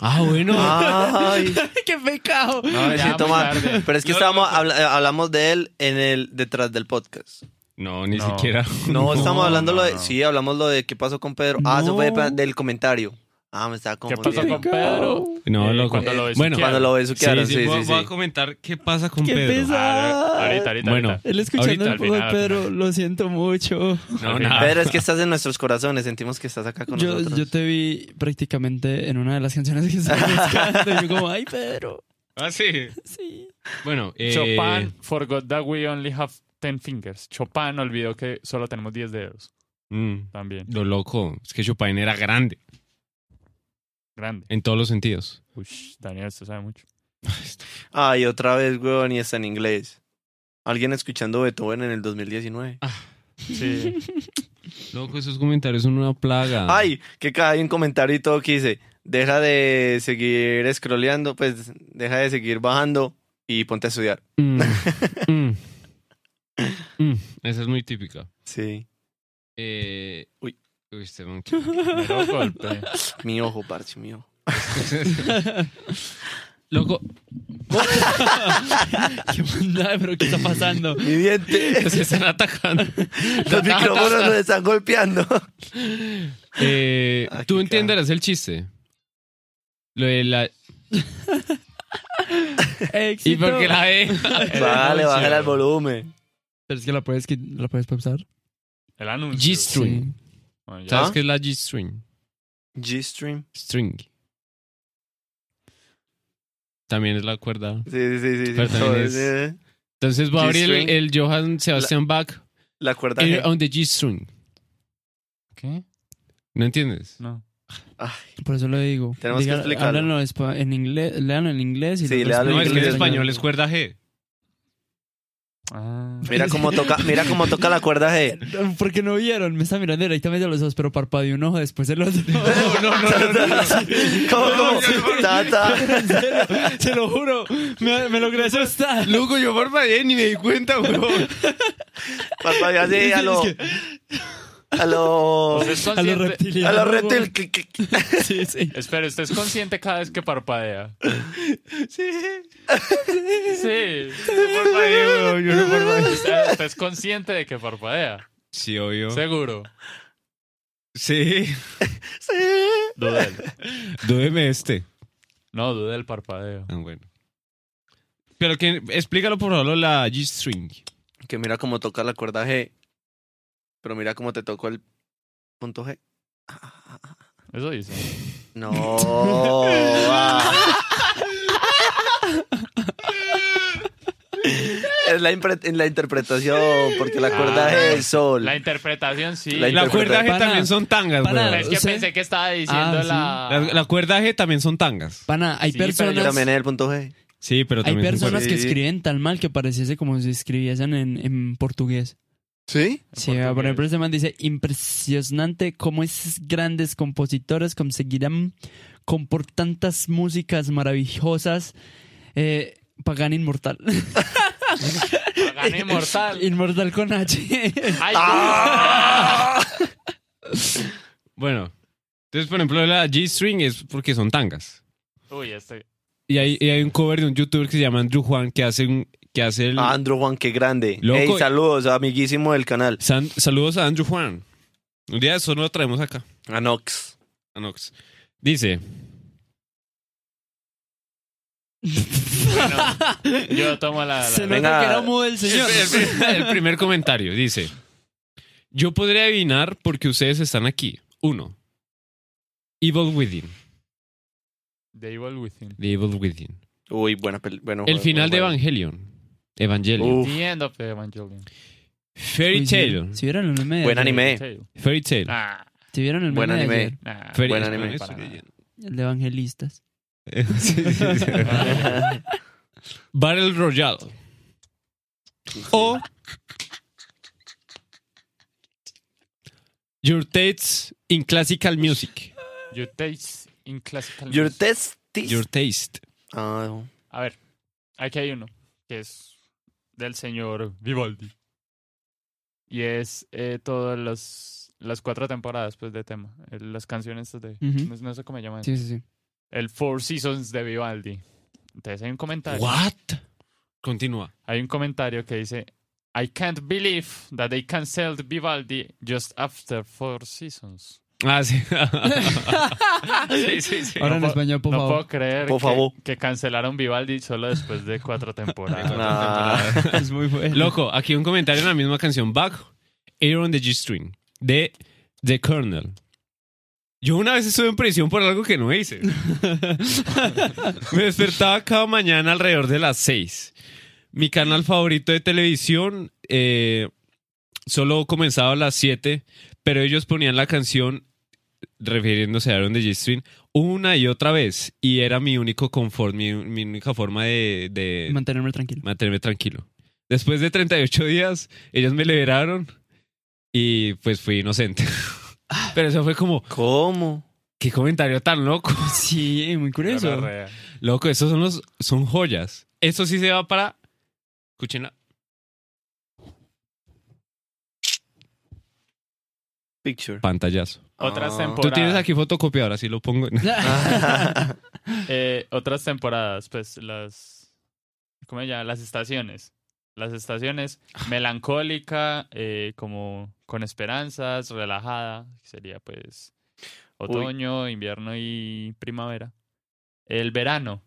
Ah, bueno.
Ay.
¡Qué pecado!
No, es
Ya,
cierto,
muy
ma-
tarde.
Pero es que
No,
estábamos,
no, no.
habla- eh, hablamos de él en el detrás del podcast.
No, ni
No.
siquiera.
No,
No,
estamos hablando lo de.
no, no.
Sí, hablamos lo de qué pasó con Pedro. Ah, eso fue
No.
pa- del comentario. Ah, me estaba
¿Qué pasó
confundiendo.
con Pedro?
No,
Eh,
loco.
Cuando lo
Bueno,
besuquearon.
Cuando lo besuquearon,
sí,
sí, sí,
voy,
sí.
voy a comentar qué pasa con
¡Qué
Pedro.
Ah,
pesar!
ahorita, ahorita,
Bueno.
ahorita.
Él escuchando
Ahorita,
el
al
poco de
final, al
Pedro,
final.
lo siento mucho.
No,
Al
nada.
final.
Pedro, es que estás en nuestros corazones. Sentimos que estás acá con
Yo,
nosotros.
yo te vi prácticamente en una de las canciones que estaba buscando. y yo como, ay, Pedro,
Ah, sí.
sí.
Bueno, eh,
Chopin forgot that we only have 10 fingers. Chopin olvidó que solo tenemos 10 dedos
mm,
también.
lo loco. Es que Chopin era grande
Grande.
en todos los sentidos.
Uy, Daniel, usted sabe mucho.
Ay, otra vez, weón, y está en inglés. Alguien escuchando Beethoven en el 2019.
Sí.
Loco, esos comentarios son una plaga.
Ay, que cada hay un comentario y todo que dice, deja de seguir scrolleando, pues deja de seguir bajando y ponte a estudiar.
Mm, mm, mm, esa es muy típica.
Sí.
Eh,
Uy.
Uy, este man,
Mero golpe.
Mi ojo, parce, mi ojo.
Loco,
¿Qué maldad, pero qué está pasando?
Mi diente.
se están atacando.
Los micrófonos nos están golpeando.
Eh,
Ah,
Tú
qué
entenderás el chiste. Lo de la.
Éxito.
¿Y por qué la E?
Vale, bájale al volumen.
Pero es que la puedes, quit- la puedes pausar.
El anuncio.
G-string.
Bueno, ya.
¿Sabes
¿Ah?
qué es la G-string?
G-Stream.
String. También es la cuerda.
Sí, sí, sí. sí,
Pero
sí.
también
Sí,
es-
sí.
Entonces va a abrir el,
G-string.
el Johann Sebastian Bach
La cuerda
eh,
G.
on the G-string.
¿Qué?
¿No entiendes?
No.
Por eso lo digo.
Tenemos que explicarlo.
háblanlo en espa- en inglés, léanlo en inglés. Y
Sí,
luego
léalo
No, es
en
que en
inglés,
español es cuerda G.
Ah.
Mira cómo toca, mira cómo toca la cuerda G.
Porque no vieron, me está mirando directamente a los ojos, pero parpadeó un ojo, después el otro.
no, no, no, no.
¿Cómo, cómo? Ta, ta.
En serio, Se lo juro, me, me logré asustar.
Loco, yo parpadeé ni me di cuenta, weón.
Parpadea así, a lo,
Es que-
a lo,
¿Usted es
a los
consciente?
reptilianos.
a lo reto
güey.
el clic, clic.
Sí, sí.
Espera, ¿usted es consciente cada vez que parpadea?
Sí.
Sí.
Yo no parpadeé.
¿Usted usted es consciente de que parpadea?
Sí, obvio.
Seguro.
Sí.
Sí.
Dudel.
Dúdeme este.
No, dudé del parpadeo.
Ah, bueno. Pero que, explícalo por favor la G-string.
Que mira cómo toca la cuerda G. Pero mira cómo te tocó el punto G.
Eso dice.
No. ah. Es la, impre- en la interpretación, porque la cuerda
Ah.
G es sol.
La interpretación sí.
La
La
interpreta-
cuerda G
Pana.
también son tangas,
Pana.
weón.
Pero es que
o sea-
pensé que estaba diciendo
Ah, sí.
la...
La, la cuerda G también son tangas.
Pana, hay
Sí, pero
Pero
personas,
también es el punto G.
Sí, pero
hay
también son
personas
cuerdas.
que
Sí.
escriben tan mal que pareciese como si escribiesen en, en portugués.
¿Sí?
Sí, por ejemplo, este man dice, impresionante cómo esos grandes compositores conseguirán con por tantas músicas maravillosas eh, Pagan Inmortal.
Pagano inmortal.
inmortal con H.
Ay,
Ah.
Bueno, entonces por ejemplo la G-string es porque son tangas.
Uy, este...
Y hay, y hay un cover de un youtuber que se llama Andrew Juan que hace, un, que hace el...
Andrew Juan, qué grande.
Ah. Loco.
Ey, saludos, amiguísimo del canal.
San- saludos a Andrew Juan. Un día eso no lo traemos acá.
Anox.
a Nox. Dice,
Bueno, yo tomo la... la- la-
Se nota
Venga.
que era mudo el
El,
señor.
pri- el primer comentario dice: Yo podría adivinar por qué ustedes están aquí. Uno, Evil Within.
The Evil Within.
The Evil Within.
Uy, buena peli. Bueno,
El
bueno,
final de
bueno. Uh,
Evangelion. Evangelion.
Uf.
The End of the Evangelion.
Fairy
Uy, si-
Tale.
Si vieron el meme de
Buen
ayer,
anime.
Tale.
Fairy Tale.
Nah,
Ah, Si vieron el meme
Buen
de
anime.
ayer,
nah.
Fairy-
buen anime.
Para nada.
el de evangelistas.
Sí, sí, sí. Battle Royale. O. Your Tastes in Classical Music.
Your taste in classical...
Your
music.
testis.
Your Taste.
Ah,
A ver, aquí hay uno, que es del señor Vivaldi. Y es eh, todas las, las cuatro temporadas pues, de tema. Eh, Las canciones estas de.
Ujú.
no, no sé cómo llaman.
Sí, sí, sí.
El Four Seasons de Vivaldi. Entonces hay un comentario.
What? Continúa.
Hay un comentario que dice: I can't believe that they canceled Vivaldi just after Four Seasons.
Ah, sí.
Sí, sí, sí.
Ahora en
No puedo-
español, por
no
favor.
puedo creer
Por
que,
favor.
que cancelaron Vivaldi solo después de cuatro
Ah,
temporadas.
Nah.
Es muy bueno.
Loco, aquí un comentario en la misma canción. Back, Air on the G-String, de The Colonel. Yo una vez estuve en prisión por algo que no hice. Me despertaba cada mañana alrededor de las 6. Mi canal favorito de televisión eh, solo comenzaba a las 7, pero ellos ponían la canción, refiriéndose a Aaron de G-String, una y otra vez. Y era mi único confort, mi, mi única forma de- de,
Mantenerme tranquilo.
mantenerme tranquilo. Después de 38 días, ellos me liberaron y pues fui inocente. Pero eso fue como,
¿Cómo?
qué comentario tan loco.
Sí, muy curioso.
eh,
Loco, esos son los, son joyas. Eso sí se va para, escúchenla.
Picture.
Pantallazo.
Otras
Ah.
temporadas.
Tú tienes aquí fotocopiadora, así lo pongo. en-
Eh, otras temporadas, pues las. ¿Cómo se llama? Las estaciones. Las estaciones
Ah.
melancólica, eh, como con esperanzas, relajada, que sería pues otoño, invierno y primavera. El verano.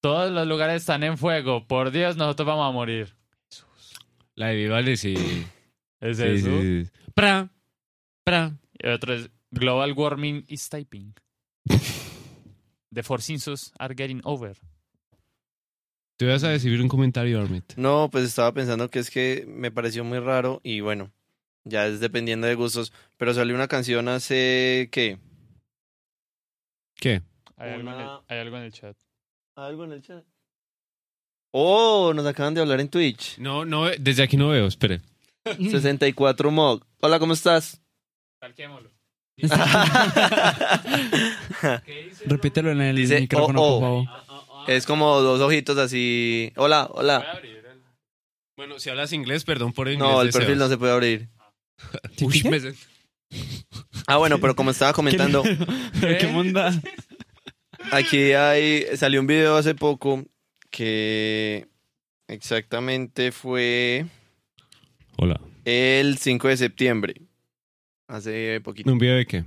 Todos los lugares están en fuego. Por Dios, nosotros vamos a morir.
La de Vivaldi, sí.
Es
sí, sí,
eso.
sí, sí. Pra, pra.
Y otro es Global Warming is Typing. The Four Seasons are getting over.
Te vas a recibir un comentario, Armit.
No, pues estaba pensando que es que me pareció muy raro y bueno, ya es dependiendo de gustos, pero salió una canción hace ¿qué?
¿Qué?
Hay, algo, en el,
Una-
hay algo en el chat.
Algo en el chat. Oh, nos acaban de hablar en Twitch.
No, no, desde aquí no veo, espere.
64 Mog. Hola, ¿cómo estás?
Repítelo en el
Dice,
micrófono,
oh, oh.
por favor.
es como dos ojitos así. Hola, hola.
Bueno, si hablas inglés, perdón por el inglés.
No, el
de
perfil
Sebas.
no se puede abrir.
¿Sí,
Uy,
qué?
me-
Ah, bueno, pero como estaba comentando,
¿Qué onda?
Aquí hay, salió un video hace poco que exactamente fue
Hola.
el 5 de septiembre, hace poquito,
¿Un video de qué?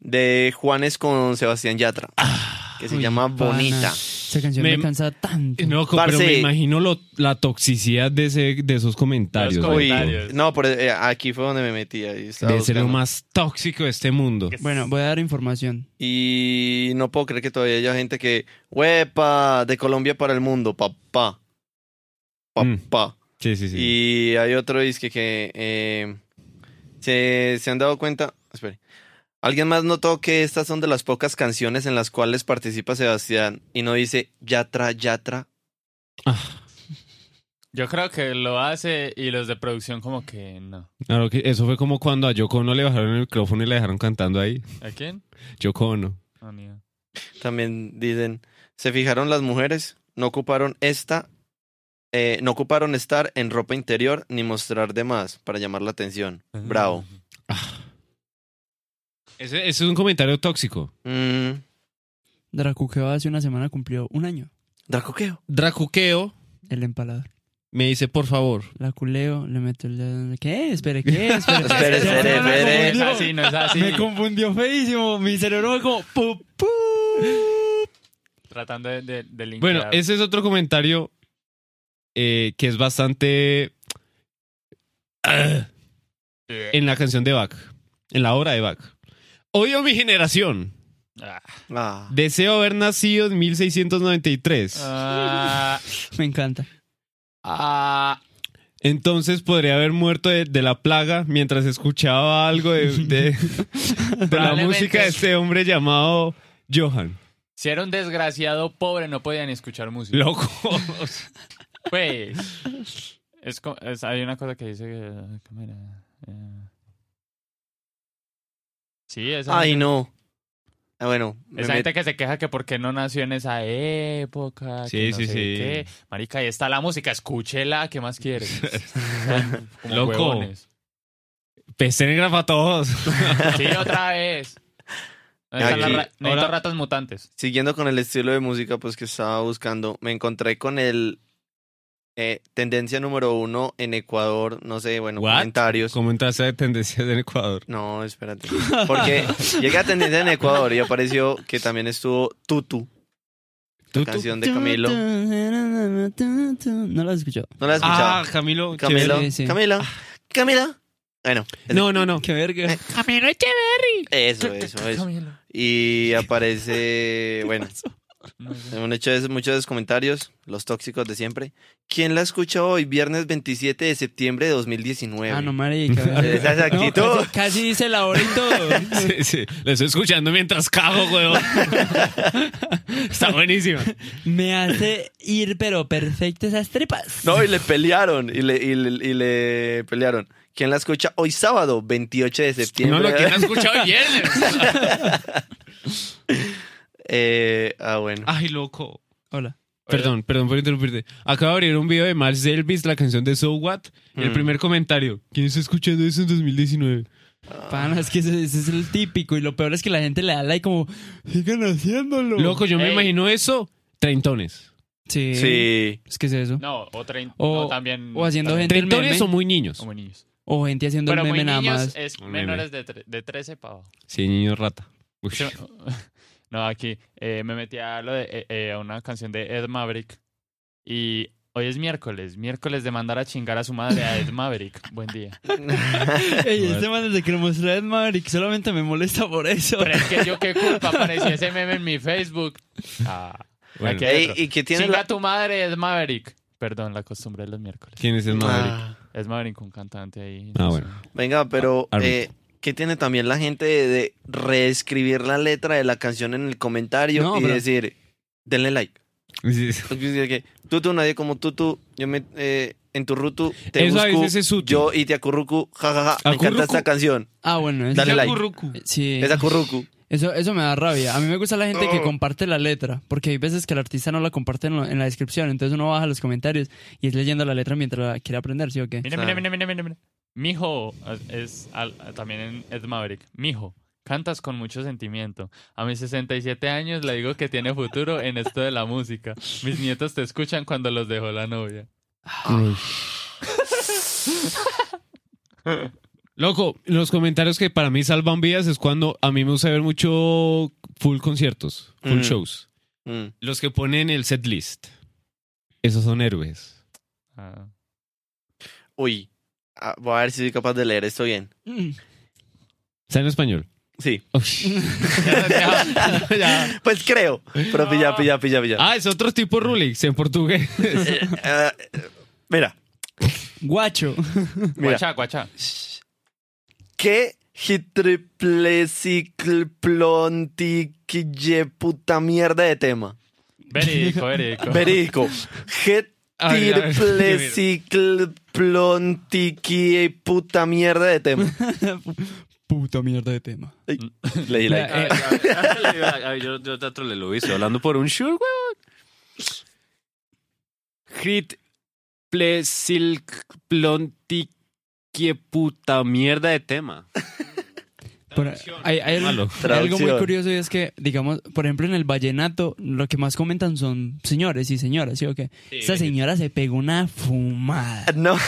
de Juanes con Sebastián Yatra,
Ah,
que se
Uy,
llama
pana.
Bonita.
Esa canción me,
Me-
cansa tanto.
Eh, No, co- pero
Parce.
me imagino lo- la toxicidad de, ese, de esos comentarios.
Los
marico.
Uy,
comentarios.
no, pero eh, aquí fue donde me metí. ahí estaba
Debe ser lo
buscando.
más tóxico de este mundo.
Bueno, voy a dar información.
Y no puedo creer que todavía haya gente que, huepa, de Colombia para el mundo, papá,
Mm.
papá.
Sí, sí, sí.
Oh. Y hay otro disque que eh, se, se han dado cuenta. Espere. Alguien más notó que estas son de las pocas canciones en las cuales participa Sebastián y no dice Yatra, Yatra.
Ah,
Yo creo que lo hace y los de producción como que no.
claro que eso fue como cuando a Yoko Ono le bajaron el micrófono y la dejaron cantando ahí.
¿A quién?
Yoko Ono.
No, ni idea.
También dicen, se fijaron las mujeres, no ocuparon esta, eh, no ocuparon estar en ropa interior ni mostrar de más para llamar la atención.
Ah.
Bravo.
Ah. Ese, ese es un comentario tóxico.
Mm,
Dracuqueo hace una semana cumplió un año.
Dracoqueo.
Dracuqueo
El empalador.
me dice, por favor.
La culeo, le meto el dedo. en el- ¿Qué? Espere, ¿qué? Espere,
Espere, espere,
Ya me
espere. Ah,
No es
confundió.
así, no es así.
Me confundió feísimo. Mi cerebro fue como. pu, pu.
Tratando de, de, de linkear.
Bueno, ese es otro comentario eh, que es bastante... Ah. en la canción de Bach, en la obra de Bach. Odio mi generación.
Ah.
Ah,
Deseo haber nacido en 1693.
Ah,
Me encanta.
ah,
Entonces podría haber muerto de, de la plaga mientras escuchaba algo de, de- de la
Probablemente.
música de este hombre llamado Johan.
si era un desgraciado pobre no podía ni escuchar música.
Loco.
Pues. Es, co- es- hay una cosa que dice que. ¿Cómo era? Eh, Sí, esa.
ay, no. Ah, bueno. me
Esa
met-
gente que se queja que porque no nació en esa época.
Sí,
que no
sí,
sé
sí.
qué. Marica, ahí está la música, escúchela, ¿qué más quieres? Como
Loco.
huevones.
Pez negra para todos.
Sí, otra vez. Ahí están las
Aquí,
ra- necesito
ahora-
ratas mutantes.
Siguiendo con el estilo de música pues que estaba buscando, me encontré con el eh, tendencia número uno en Ecuador, no sé, bueno,
What?
comentarios.
¿Cómo entraste de tendencias en Ecuador?
No, espérate. Porque llegué a tendencia en Ecuador y apareció que también estuvo Tutu,
¿Tú, tú?
canción de Camilo.
No la has escuchado.
¿No la has
Ah,
escuchado?
Camilo.
Camilo,
sí, sí.
Camila, Camila. Bueno,
chévere. No, no, no.
Qué
Eh,
verga.
Camilo Echeverry.
eso, eso, eso. Y aparece, bueno, han hecho des- muchos de los comentarios, los tóxicos de siempre. ¿Quién la escucha hoy, viernes 27 de septiembre de 2019?
Ah, no, marica.
eh. Esa es
No,
actitud.
casi, casi dice la hora y todo.
Sí, sí. La estoy escuchando mientras cago, weón. Está buenísima.
Me hace ir, pero perfecto esas tripas.
No, y le pelearon, y le, y le, y le pelearon. ¿Quién la escucha hoy sábado, 28 de septiembre?
No, no, ¿quién la ha escuchado viernes?
Eh, ah, bueno.
Ay, loco.
Hola.
Perdón, perdón por interrumpirte. Acabo de abrir un video de Miles Elvis, la canción de So What. y El
Mm.
primer comentario. ¿Quién está escuchando eso en 2019?
Pana, es que ese, ese es el típico. Y lo peor es que la gente le da like como, sigan haciéndolo.
Loco, yo me
Ey.
imagino eso. Treintones.
Sí.
Sí.
Es que es eso.
No, o, trein-
O-
o también.
o haciendo
también-
gente el meme.
Treintones o muy niños.
Como niños.
O gente haciendo
Pero
el
muy
meme nada
niños eh.
más.
es
Un meme.
menores de, tre- de 13 pavos.
Sí, niños rata. Uy.
No, aquí eh, me metí a, lo de, eh, eh, a una canción de Ed Maverick. Y hoy es miércoles. Miércoles de mandar a chingar a su madre a Ed Maverick. Buen día.
Ey, este man desde que lo mostré a Ed Maverick solamente me molesta por eso.
Pero es que yo qué culpa. Apareció ese meme en mi Facebook. Ah,
Bueno,
aquí hay
Ey,
otro.
¿Y qué tiene
Chinga
la...
a tu madre, Ed Maverick. Perdón, la costumbre de los miércoles.
¿Quién es el Maverick?
Ah,
Es Maverick un cantante ahí.
Ah,
no sé.
bueno.
venga, pero
Ah, árbitro.
eh, ¿qué tiene también la gente de, de reescribir la letra de la canción en el comentario
No,
y
pero-
decir, denle like?
Sí, sí.
Tutu, nadie como Tutu, yo me... eh, en tu rutu, te
Eso a
busco,
veces es Tutu.
yo y te acurrucu, jajaja, me encanta
Acurrucu. Eh.
esta canción,
Ah, bueno, es-
dale like,
sí.
es acurrucu.
Eso, eso me da rabia. A mí me gusta la gente que comparte la letra, porque hay veces que el artista no la comparte en, lo- en la descripción, entonces uno baja los comentarios y es leyendo la letra mientras la quiere aprender, ¿sí o qué?
Mire, mire, mire, mire, mire, mire. Mijo, es al- también en Ed Maverick. Mijo, cantas con mucho sentimiento. A mis 67 años le digo que tiene futuro en esto de la música. Mis nietos te escuchan cuando los dejó la novia.
Loco, los comentarios que para mí salvan vidas es cuando a mí me gusta ver mucho full conciertos, full
Mm.
shows.
Mm.
Los que ponen el set list. Esos son héroes.
Ah.
Uy, ah, voy a ver si soy capaz de leer esto bien.
Mm.
¿Está en español?
Sí,
Uy.
pues creo. Pero pilla, pilla, pilla, pilla.
Ah, es otro tipo Rulix en portugués.
Eh, ah, mira,
Guacho.
Mira.
Guachá, guachá.
¿qué hitripleciclplontiquille puta mierda de tema?
Verídico, verídico.
Verídico.
A ver, a ver,
Hitripleciclplontiquille puta mierda de tema.
Puta mierda de tema.
Leí like.
Eh,
yo, yo te atrolé, lo hice, hablando por un sure, weón. Hit, plesilk, plonti, qué puta mierda de tema.
por- hay, hay algo-
Malo.
hay algo muy
Traducción.
curioso y es que, digamos, por ejemplo, en el vallenato, lo que más comentan son señores y señoras, ¿sí o qué? Esa señora se pegó una fumada.
No,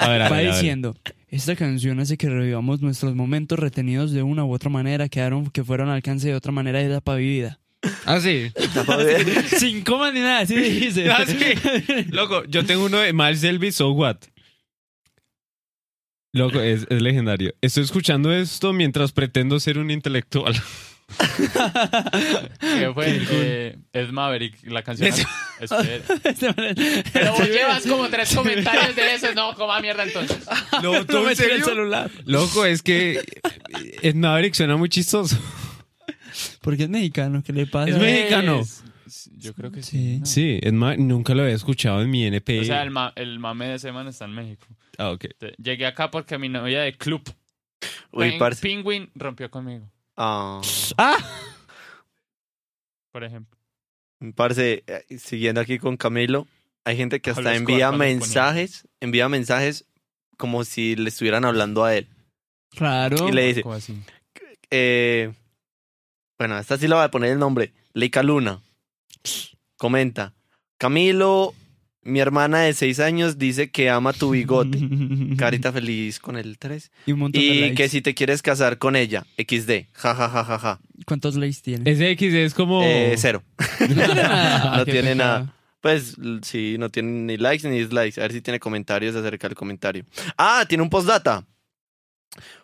A ver, a
Va
ver, a ver.
diciendo, esta canción hace que revivamos nuestros momentos retenidos de una u otra manera, quedaron que fueron al alcance de otra manera de etapa vivida.
Ah, sí.
Sin coma ni nada, así dice.
Ah, sí. Loco, yo tengo uno de Miles Elvis, so what? Loco, es, es legendario. Estoy escuchando esto mientras pretendo ser un intelectual.
¿Qué fue? Eh, Ed Maverick, la canción. Espera.
Este man es-
Pero vos llevas como tres comentarios de eso. No, coma mierda entonces.
No,
No me tira el celular.
Loco, es que eh, Ed Maverick suena muy chistoso.
Porque es mexicano, ¿qué le pasa?
Es mexicano.
Es- Yo creo que
Sí.
sí. ¿no?
Sí, Ed Ma- nunca lo había escuchado en mi NP.
O sea, el, ma- el mame de ese man está en México.
Ah, ok.
Te- Llegué acá porque mi novia de club,
Uy,
Pen-
parce.
Penguin, rompió conmigo.
Ah.
Ah.
por ejemplo.
Parce, eh, siguiendo aquí con Camilo, hay gente que
A
hasta
los
envía
cuerpos los ponían.
mensajes, envía mensajes como si le estuvieran hablando a él.
Claro.
Y le dice,
¿Cómo así?
eh, bueno, esta sí la voy a poner el nombre, Leica Luna. Comenta, Camilo, mi hermana de seis años dice que ama tu bigote. Carita feliz con el 3.
Y un montón de
Y
likes.
que si te quieres casar con ella, XD. Ja, ja, ja, ja, ja.
¿Cuántos likes tiene? Ah,
Ese X es como.
Eh, cero.
No tiene nada.
No
Qué
tiene
pecado.
nada. Pues l- sí, no tiene ni likes ni dislikes. A ver si tiene comentarios acerca del comentario. Ah, tiene un postdata.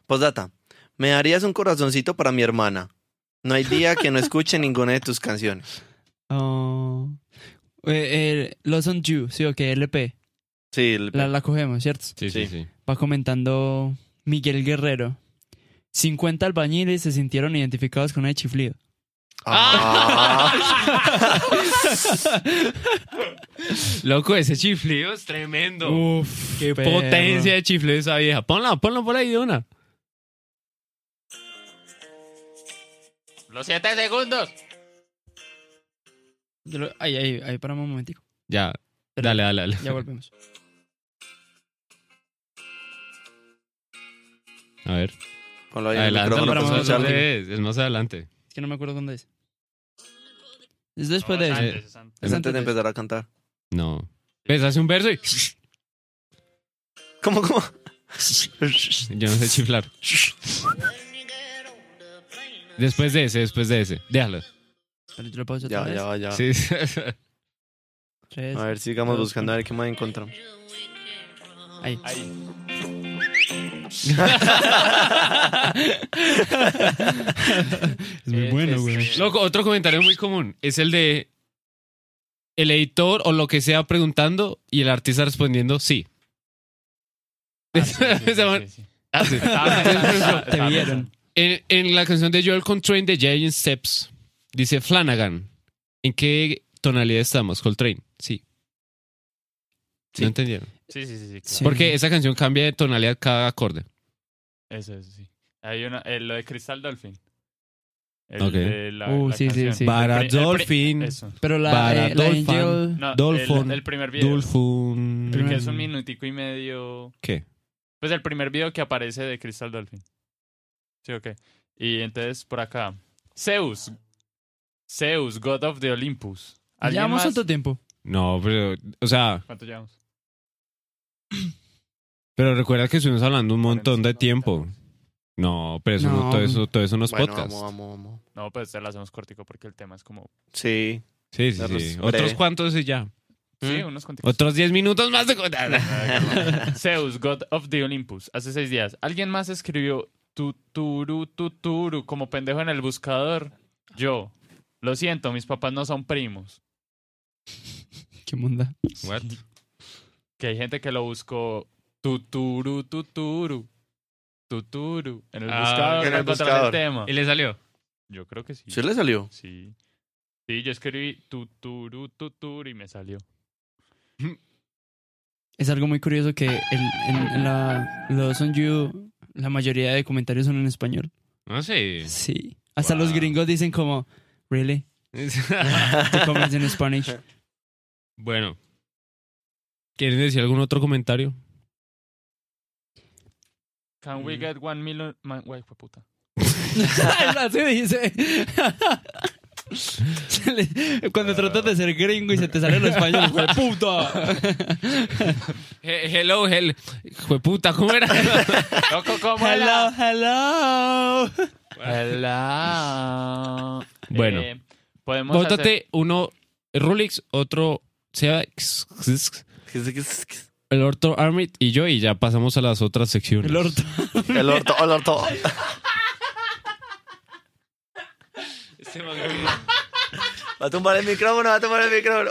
Postdata. Me darías un corazoncito para mi hermana. No hay día que no escuche ninguna de tus canciones.
Oh. Eh, eh, Los on You, sí, ok, LP.
Sí, el-
La, la cogemos, ¿cierto?
Sí, sí, sí.
Va comentando Miguel Guerrero. 50 albañiles se sintieron identificados con el chiflido.
Ah.
Loco, ese chiflido es tremendo.
Uf,
Qué potencia de chiflido esa vieja. Ponla, ponla por ahí de una.
Los siete segundos.
Ahí, ahí, ahí, paramos un momentico.
Ya, dale, dale, dale.
Ya volvemos.
A ver.
Ponlo ahí en el
Adelante,
pues,
micrófono pues, para
para
no,
mostrar.
es,
escucharlo.
es más adelante.
Es que no me acuerdo dónde es. Es después de este.
No, es
eso.
antes, es antes.
Es antes de empezar a cantar.
No. Pues hace un verso y.
¿Cómo, cómo?
Yo no sé chiflar. Después de ese, después de ese. Déjalo.
Pero yo lo pauso otra
Ya,
vez.
ya, va, ya. va.
Sí.
Tres.
A ver, sigamos buscando a ver qué más encontramos.
Ahí.
Ahí.
Es muy bueno, güey.
Loco, otro comentario muy común es el de el editor o lo que sea preguntando y el artista respondiendo sí.
Ah, sí, sí,
Esa man-
sí, sí.
Ah, sí.
Estaba pensando,
Te
estaba
vieron.
pensando.
En, en la canción de Joel Coltrane de Giant Steps, dice Flanagan, ¿en qué tonalidad estamos? Coltrane, sí.
Sí.
¿No entendieron?
Sí, sí, sí, sí. claro.
Sí.
Porque esa canción cambia de tonalidad cada acorde.
Eso, eso, sí. Hay una, eh, lo de Crystal Dolphin. El
Ok.
de la,
Uh,
la
sí, sí,
canción.
sí.
El pri-
eh,
Para
el pri-
Dolphin.
Eso.
Pero la,
Para
eh, la
Dolphin.
Angel.
No, el-
Dolphin.
El, primer video.
Dolphin.
El que es un minutico y medio.
¿Qué?
Pues el primer video que aparece de Crystal Dolphin. Sí, ok. Y entonces por acá. Zeus. Zeus, God of the Olympus. ¿Alguien
Llevamos
más?
tanto tiempo.
No, pero, o sea,
¿Cuánto llevamos?
pero recuerda que estuvimos hablando un montón de tiempo. No, pero eso no,
No.
todo eso, todo eso no es
Bueno,
podcast.
vamos, vamos, vamos.
No, pues se lo hacemos cortico porque el tema es como.
Sí.
Sí, sí,
Darnos
sí.
breve.
Otros cuantos y ya.
Sí,
¿Mm?
unos cuanticos.
Otros 10 minutos más de
Zeus, God of the Olympus. Hace seis días. Alguien más escribió tuturu, tuturu, como pendejo en el buscador. Yo. Lo siento, mis papás no son primos.
Qué monda.
What?
Que hay gente que lo buscó tuturu, tuturu. Tuturu. En el
Ah,
buscador
en
no
el
encontraba
buscador.
el tema.
Y le salió.
Yo creo que sí.
¿Sí le salió?
Sí. Sí, yo escribí tuturu, tuturu y me salió.
Es algo muy curioso que en, en- en la, los on you, la mayoría de comentarios son en español.
No sé.
Sí. Hasta
Wow.
los gringos dicen como, really? The comments in Spanish.
bueno. ¿Quieren decir algún otro comentario?
Can we
Mm.
get one million? Man, güey, fue puta.
Así dice. Se le- Cuando
Ah.
tratas de ser gringo y se te sale el español, güey, puta.
hello, hello. Jueputa, ¿cómo era?
Loco, ¿cómo
Hello,
era?
hello.
Hola.
Bueno.
Eh, podemos hacer-
Bótate uno eh, Rulix, otro Seba, el otro Armit y yo y ya pasamos a las otras secciones.
El orto.
El orto, el orto. Va a tumbar el micrófono, va a tumbar el micrófono.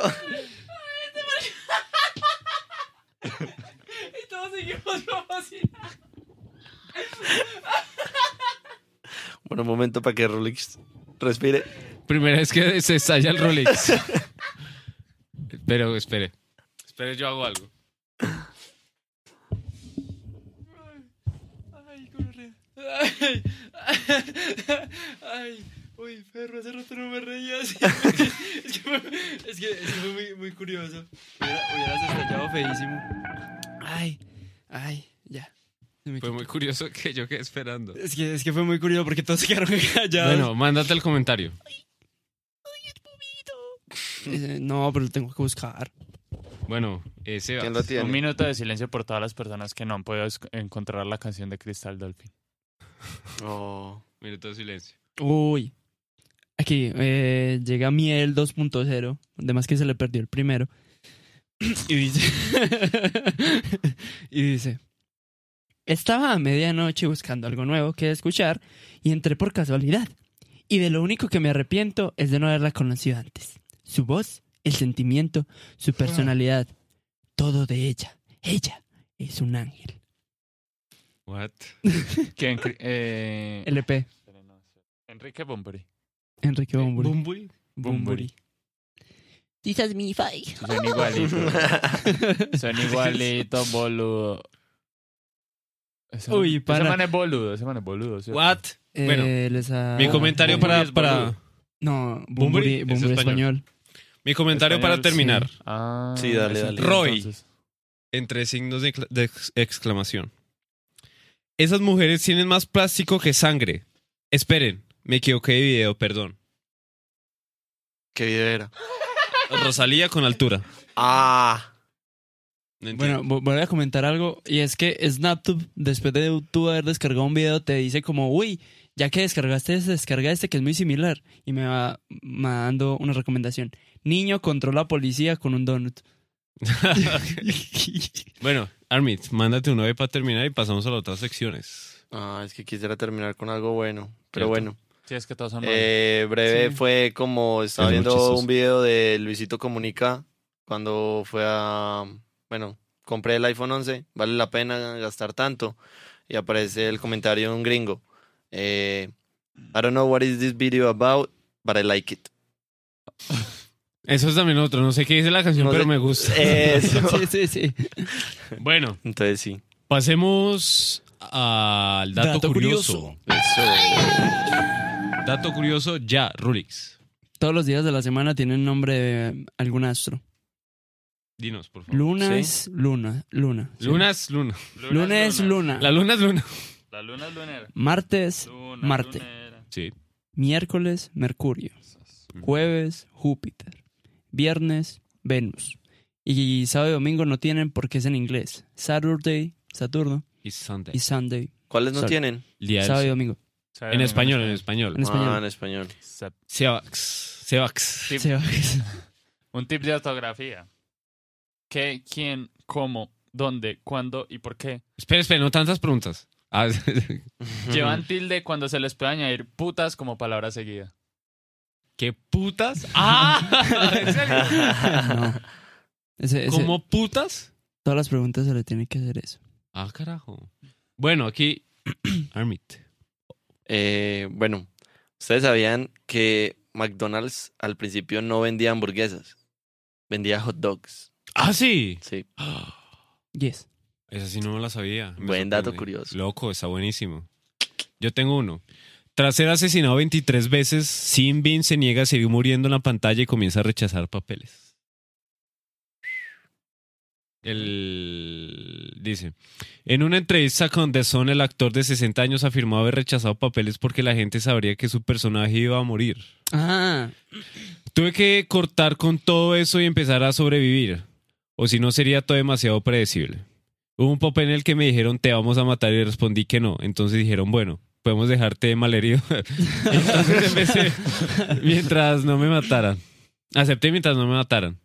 Y todos seguimos
Bueno, un momento para que Rolex respire.
Primera vez que se estalla el Rolex. Pero espere. Espere, yo hago algo.
Ay, corre. Ay, ay, Uy, perro, hace rato no me reía así. es, que, fue- es que- es que fue muy, muy curioso. Hubiera- Hubieras estallado feísimo. Ay, ay, ya. Se me
Fue
quitó.
muy curioso que yo quedé esperando.
Es que, es que fue muy curioso porque todos se quedaron callados.
Bueno, mándate el comentario.
Eh, no, pero lo tengo que buscar.
Bueno, eh, ese
¿Quién lo
Un
tiene?
minuto de silencio por todas las personas que no han podido esc- encontrar la canción de Cristal Dolphin.
Oh.
Minuto de silencio.
Uy. Aquí eh, llega Miel 2.0. Además que se le perdió el primero. y dice. y dice. Estaba a medianoche buscando algo nuevo que escuchar y entré por casualidad. Y de lo único que me arrepiento es de no haberla conocido antes. Su voz, el sentimiento, su personalidad. Todo de ella. Ella es un ángel.
What?
¿Quién? cri- eh,
LP.
Enrique Bunbury.
Enrique Eh, Bumburi.
Bumburi.
Bunbury.
This is me, fight.
Son igualitos. Son igualitos, boludo. Ese man-
Uy, para.
Ese man es boludo, ese man es boludo. ¿sí?
What? Bueno,
Eh, les ha-
Mi comentario
Bumburi
para,
es
para
boludo.
No,
Bumburi
Bumburi,
es
Bumburi español.
mi comentario para
Español,
terminar.
Ah,
Sí, dale, dale.
Roy.
entonces.
Entre signos de, excla- de ex- exclamación. Esas mujeres tienen más plástico que sangre. Esperen, me equivoqué de video, perdón.
¿Qué video era?
Rosalía con altura.
Ah.
No
Bueno,
entiendo.
vo- voy a comentar algo. Y es que SnapTube, después de tú haber descargado un video, te dice como, uy, ya que descargaste este, descarga este que es muy similar. Y me va mandando una recomendación. Niño controla a policía con un donut.
bueno, Armit, mándate uno ahí para terminar y pasamos a las otras secciones.
Ah, es que quisiera terminar con algo bueno. Pero
Cierto.
bueno,
Sí, es que todos son malos.
eh, breve
Sí.
fue como estaba
Es muy
viendo
chistoso.
un video de Luisito Comunica cuando fue a. Bueno, compré el iPhone 11, vale la pena gastar tanto. Y aparece el comentario de un gringo. eh, I don't know what is this video about, but I like it.
Eso es también otro. No sé qué dice la canción,
No
pero
sé-
me gusta.
Eso.
sí, sí, sí. Eh.
Bueno,
Entonces sí.
pasemos al dato,
Dato
curioso.
curioso.
Dato curioso ya, Rulix.
Todos los días de la semana tienen nombre de eh, algún astro.
Dinos, por favor.
Luna
Sí.
es luna, luna. sí.
Luna es luna.
Luna es luna.
La luna es luna.
La luna es lunera.
Martes,
Luna,
Marte.
lunera.
Sí.
miércoles, Mercurio. Jueves, Júpiter. Viernes, Venus. Y sábado y domingo no tienen porque es en inglés. Saturday, Saturno.
Y Sunday.
Y Sunday,
¿Cuáles no
Sorry.
tienen?
El día del
sábado y
sol.
domingo.
Sabe
En
domingo,
español, en
En
español.
español.
Ah, en español.
Sep-
Sevax. Sevax.
Tip-
Se va.
Un tip de ortografía. ¿Qué, quién, cómo, dónde, cuándo y por qué?
Espera, espera, no tantas preguntas. Ah,
Llevan tilde cuando se les puede añadir putas como palabra seguida.
¿Qué putas? ¡Ah! ¿En serio?
no. Ese- ese-
¿Cómo putas?
Todas las preguntas se le tiene que hacer eso.
Ah, carajo. Bueno, aquí. Armit.
Eh, bueno, ustedes sabían que McDonald's al principio no vendía hamburguesas, vendía hot dogs.
¡Ah, sí!
Sí,
Yes.
Esa sí no me la sabía. Me
Buen dato
sorprende.
curioso.
Loco, está buenísimo. Yo tengo uno. Tras ser asesinado 23 veces, Sin Bin se niega a seguir muriendo en la pantalla y comienza a rechazar papeles. El dice, en una entrevista con The Sun, el actor de 60 años afirmó haber rechazado papeles porque la gente sabría que su personaje iba a morir.
Ah,
Tuve que cortar con todo eso y empezar a sobrevivir. O si no, sería todo demasiado predecible. Hubo un papel en el que me dijeron, te vamos a matar, y respondí que no. Entonces dijeron, bueno, podemos dejarte malherido. Entonces empecé mientras no me mataran. Acepté mientras no me mataran.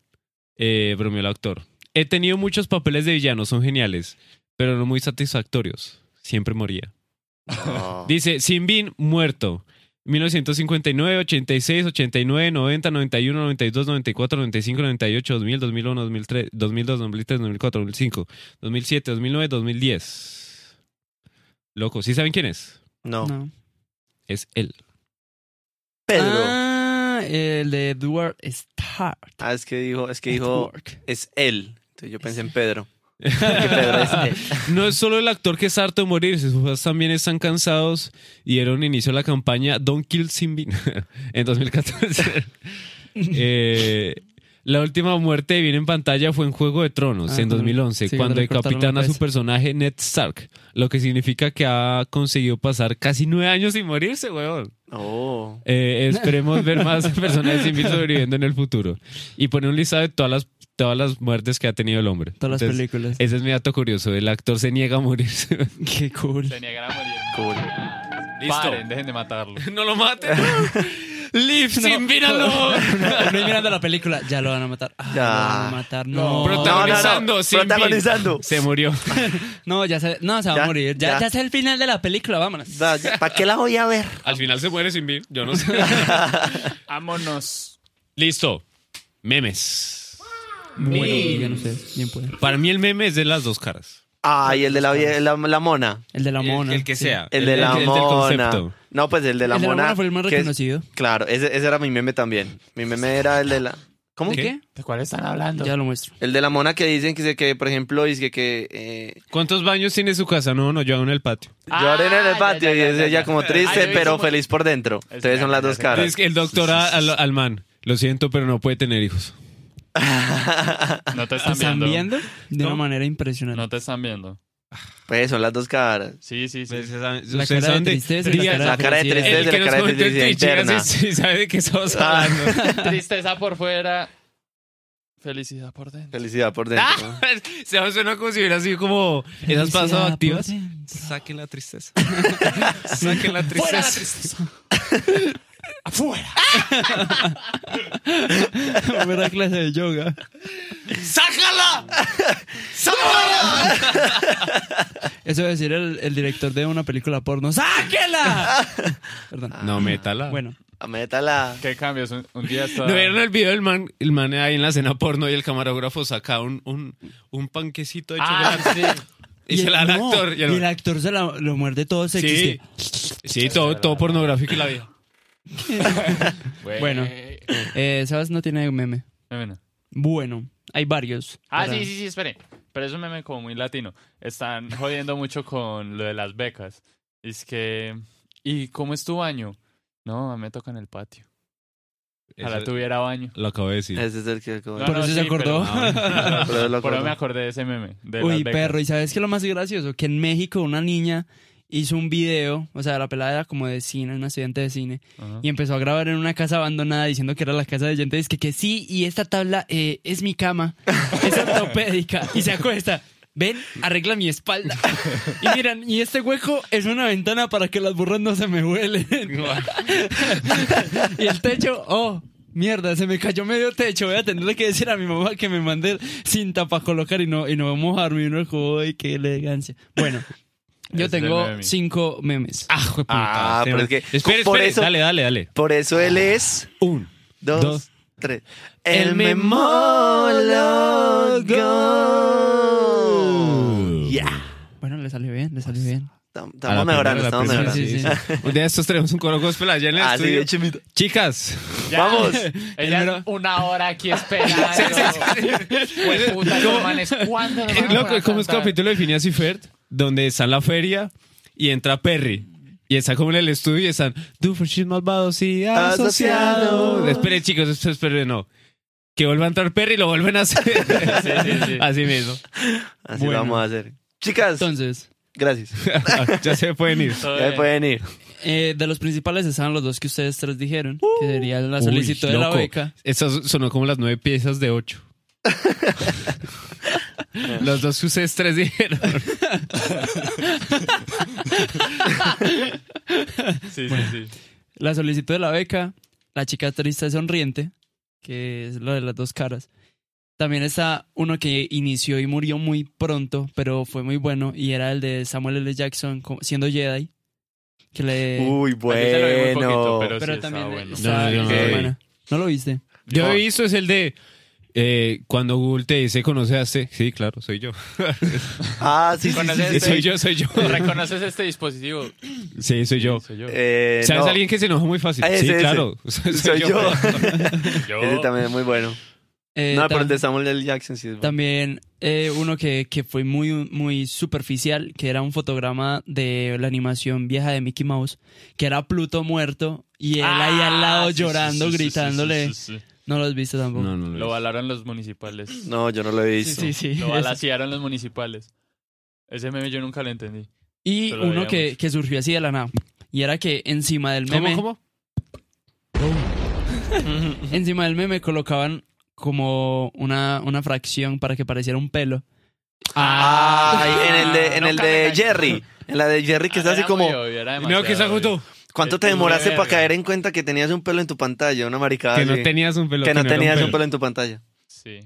Eh, bromeó el actor. He tenido muchos papeles de villano, son geniales, pero no muy satisfactorios. Siempre moría.
No.
Dice, Sin Bin muerto. 1959, 86, 89, 90, 91, 92, 94, 95, 98, 2000, 2001, 2003, 2002, 2003, 2004, 2005, 2007, 2009, 2010. Loco, ¿sí saben quién es?
no.
no.
Es él.
Pedro.
Ah, el de Edward Starr.
Ah, es que dijo, es que dijo,
Network.
es él. Entonces yo pensé en Pedro.
Ah, No es solo el actor que es harto de morirse, sus fans también están cansados y dieron inicio a la campaña Don't Kill Simbi en 2014. Eh, la última muerte de bien en pantalla fue en Juego de Tronos
Ah,
en
claro.
2011,
Sí,
cuando
cuando le cortaron
decapitan
la
a su
cabeza.
personaje Ned Stark, lo que significa que ha conseguido pasar casi nueve años sin morirse, weón.
Oh.
Eh, esperemos ver más personas de Simbi sobreviviendo en el futuro. Y pone un listado de todas las, todas las muertes que ha tenido el hombre.
Todas las
Entonces,
películas.
eh,
Ese es mi dato curioso. El actor se niega a morirse.
Qué cool.
Se niegan a morir.
Cool.
Listo. Paren, dejen de matarlo.
no lo maten. Live sin
Estoy mirando la película, ya lo van a matar. Ah,
Ya.
Lo van a matar, no.
No, pero- Protagonizando, sin
protagonizando.
Se murió.
No, ya se, no, se va
Ya,
a morir. Ya,
ya.
ya es el final de la película, vámonos.
¿Para qué la voy a ver?
Al final se muere sin vir. Yo no sé.
Vámonos.
Listo. Memes.
Bueno, digan ustedes, bien puede.
Para mí el meme es de las dos caras.
Ay, el de la, vie- la, la mona.
El de la mona.
el, el que
sí.
sea.
El de la
el del
mona.
concepto.
no, pues el de la
el de la
mona.
mona fue el más
que es-
reconocido.
claro, ese, ese era mi meme también. Mi meme era el de la. ¿Cómo?
¿De qué?
¿De cuál están hablando?
Ya lo muestro.
El de la mona que dicen que, se- que por ejemplo, dice que. eh,
¿Cuántos baños tiene su casa? No, no, yo hago en el patio.
lloré en
Ah,
el
ya,
patio
ya,
y
ya,
es
ya,
ella
ya.
como
Ah,
triste,
yo vi
pero
como-
feliz por dentro. Entonces son las dos caras.
Es que el doctor a- al, al man lo siento, pero no puede tener hijos.
No te
Ah,
¿Te
están
están
viendo.
viendo? De una
No.
manera impresionante.
No te están viendo. Pues,
Pues son las dos caras.
Sí, sí, sí.
Pues,
La cara de tristeza y la
Diga-
cara de
la cara de
felicidad.
tristeza.
El
Desde
que
la
nos
cara de
comentó en
tristeza
Twitch, llega
interna. Ah,
así, sí, sabe de qué estamos hablando.
Tristeza por fuera, felicidad por dentro.
Felicidad por dentro.
¡Ah! Se suena como si hubiera sido como esas
Felicidad
pasos
por
activas.
dentro.
Saquen la tristeza. Saquen la
¡Fuera la
tristeza.
tristeza! ¡Afuera!
Primera clase de yoga.
¡Sácala!
Eso es decir el, el director de una película porno. ¡Sáquela! Perdón.
No, métala.
Bueno,
Métala.
¿Qué cambios? Un, un día está...
¿No vieron el video del man, el man ahí en la cena porno y el camarógrafo saca un, un, un panquecito de
Ah,
chocolate
sí.
y, se la da al
no,
actor? Y
y
el-
el actor se la- lo muerde todo sexy.
sí, sí, todo, todo pornográfico y la vieja.
Bueno.
Eh,
Eh, Sebas no tiene meme.
bueno.
Bueno, hay varios.
Ah,
Para-
sí, sí, sí, espere. Pero es un meme como muy latino. Están jodiendo mucho con lo de las becas. Es que... ¿Y cómo es tu baño? No, me toca en el patio. Ojalá
Eso-
tuviera baño.
Lo acabo de decir.
Ese es el que acabo de-
Por eso se acordó.
Ah,
Pero,
Pero lo
pero
acordó.
me acordé de ese meme. de las
Uy,
becas.
perro, ¿y sabes qué es lo más gracioso? Que en México una niña hizo un video, o sea, la pelada era como de cine, un accidente de cine,
Ajá.
y empezó a grabar en una casa abandonada diciendo que era la casa de gente, dice que, que sí, y esta tabla eh, es mi cama, es ortopédica, y se acuesta. Ven, arregla mi espalda. Y miran, y este hueco es una ventana para que las burras no se me huelen. Y el techo, oh, mierda, se me cayó medio techo. Voy a tenerle que decir a mi mamá que me mande cinta para colocar y no, y no va a mojarme. Y uno dijo, ay, qué elegancia. Bueno, yo
Es del
tengo
meme.
cinco memes.
Ah, jueputa,
Ah,
este
pero
man.
es que-
Espere,
por
espere,
eso-
dale, dale, dale.
Por eso él es.
Un.
Dos,
Dos.
tres.
El memólogo.
Ya.
Bueno, le salió bien, le salió bien.
Tam-
A la
Estamos mejorando,
primera,
estamos
a
mejorando.
la primera,
mejorando.
sí, sí. Un día de estos tenemos un coro gospel allá en el
Así
estudio.
de chimito.
Chicas,
Ya.
Vamos.
Ella
Primero-
una hora aquí esperando. Hueputa, los manes, ¿cuándo nos van a
loco,
poder
¿cómo es
cantar?
capítulo de Phineas y Ferb? Donde está la feria y entra Perry. Y está como en el estudio y están Dufreshin malvados y asociados.
Asociados.
Espere, chicos, espere, espere, no. Que vuelva a entrar Perry y lo vuelven a hacer.
Sí, sí, sí.
Así mismo.
Así
Bueno.
lo vamos a hacer. Chicas,
Entonces,
gracias.
ya se pueden ir.
Todo
Ya
bien.
pueden ir.
eh, de los principales estaban los dos que ustedes tres dijeron, que sería la
Uy,
solicitud de la
loco.
beca.
Eso sonó como las nueve piezas de ocho. Los dos que ustedes tres dijeron.
Sí, sí, sí.
La solicitud de la beca, la chica triste sonriente, que es lo de las dos caras. También está uno que inició y murió muy pronto, pero fue muy bueno, y era el de Samuel L. Jackson co- siendo Jedi. Que le...
Uy,
Así se lo vi muy poquito,
bueno.
pero,
pero
sí
también...
también bueno.
está-
No, yo no
está
lo vi.
buena. ¿No lo viste?
Yo
No.
he visto es el de eh, cuando Google te dice conoce a C. Sí, claro, soy yo.
Ah, sí, sí,
Con
sí.
ese-
Sí, soy yo, soy yo.
¿Reconoces este dispositivo?
Este, eh, Sí, soy yo.
Soy yo.
Eh,
¿Sabes
no,
alguien que se enoja muy fácil?
Ah,
sí,
ese,
claro. Soy,
Soy yo.
yo.
Yo.
Ese también es muy bueno.
Eh,
no, pero
tam-
el de Samuel L. Jackson sí es bueno.
También eh, uno que, que fue muy, muy superficial, que era un fotograma de la animación vieja de Mickey Mouse, que era Pluto muerto y él ahí al lado
Ah, sí, sí,
llorando,
sí, sí, sí,
gritándolo.
sí, sí, sí.
No lo has visto tampoco.
No, no lo,
Lo
es.
balaron los municipales.
No, yo no lo he
sí,
visto.
sí, sí.
Lo balasearon los municipales. Ese meme yo nunca lo entendí.
Y
Te lo
uno que,
veíamos.
que surgió así de la nada. Y era que encima del
¿Cómo,
meme,
cómo?
encima del meme colocaban como una, una fracción para que pareciera un pelo.
Ay, en el de, en
Ah, No
el de
caigan.
Jerry. En la de Jerry que está así
Era
como.
muy obvio, era
No, que está
demasiado obvio.
justo.
¿Cuánto te
Es muy
demoraste para
verga.
caer en cuenta que tenías un pelo en tu pantalla? Una maricada.
Que no
así.
tenías un pelo.
Ah, que no
era
tenías un
pelo.
pelo en tu pantalla.
Sí.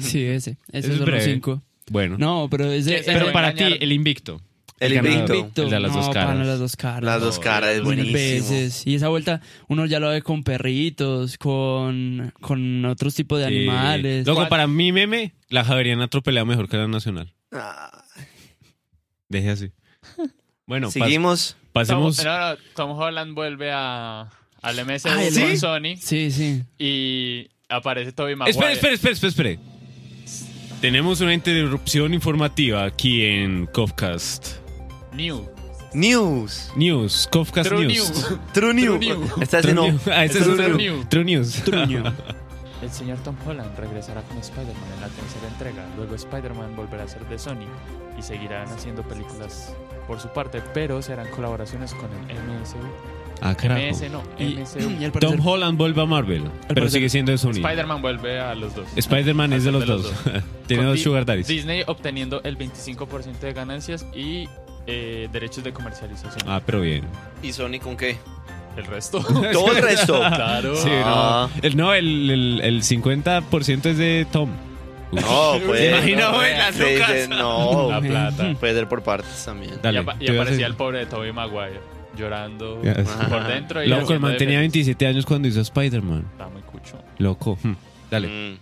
Sí, ese.
es
Esos son los
breve.
cinco.
Bueno.
No, pero ese...
Que se
era-
pero
debe
para ti,
engañar.
el invicto.
El
El ganador.
invicto.
Invicto.
El de las
no,
dos caras.
pana, las dos caras.
Las dos
No,
caras, es
mil
buenísimo.
veces. Y esa vuelta uno ya lo ve con perritos, con, con otros tipos de animales.
Eh, Loco, para mi meme, la Javeriana atropelea mejor que la Nacional.
Ah,
Deje así. Bueno, pas-
Seguimos.
pasemos.
Tom, no, no, Tom Holland vuelve a, al MSU
Ah, ¿el
con
sí?
Sony
Sí, sí.
y aparece Toby Maguire.
Espera, espera, espera, espera, espera. Tenemos una interrupción informativa aquí en Cofcast
New.
News.
News. Cofcast
True
News.
New.
True New.
New.
Está
True
haciendo.
News. Ah, ese
Ese
es
es
True
True
New- True News.
El señor Tom Holland regresará con Spider-Man en la tercera entrega. Luego Spider-Man volverá a ser de Sony y seguirán haciendo películas por su parte, pero serán colaboraciones con el MSU.
Ah, carajo.
MS no,
Y,
MSU.
y al parecer-
Tom Holland vuelve a Marvel, pero
parecer-
sigue siendo de Sony.
Spider-Man vuelve a los dos.
Spider-Man es de los
de los
dos. Tiene
Con
dos
Di-
Sugar Daddies.
Disney obteniendo el 25% de ganancias y eh, derechos de comercialización.
Ah, pero bien.
¿Y Sony con qué?
El resto.
Todo el resto.
claro.
Sí,
Ah.
no. El, no, el, el, el 50% es de Tom. Uf.
No, pues.
imagino,
no,
güey, las
se dice,
lucas.
No, pues,
La plata.
puede ser por partes también.
Y,
Dale,
apa- y
te voy a
aparecía
hacer-
el pobre de Tobey Maguire llorando
Yes.
por dentro. Y
Loco, el
haciendo
man tenía
defectos.
27 años cuando hizo Spider-Man.
Está muy cucho.
Loco. Hmm. Dale.
Mm.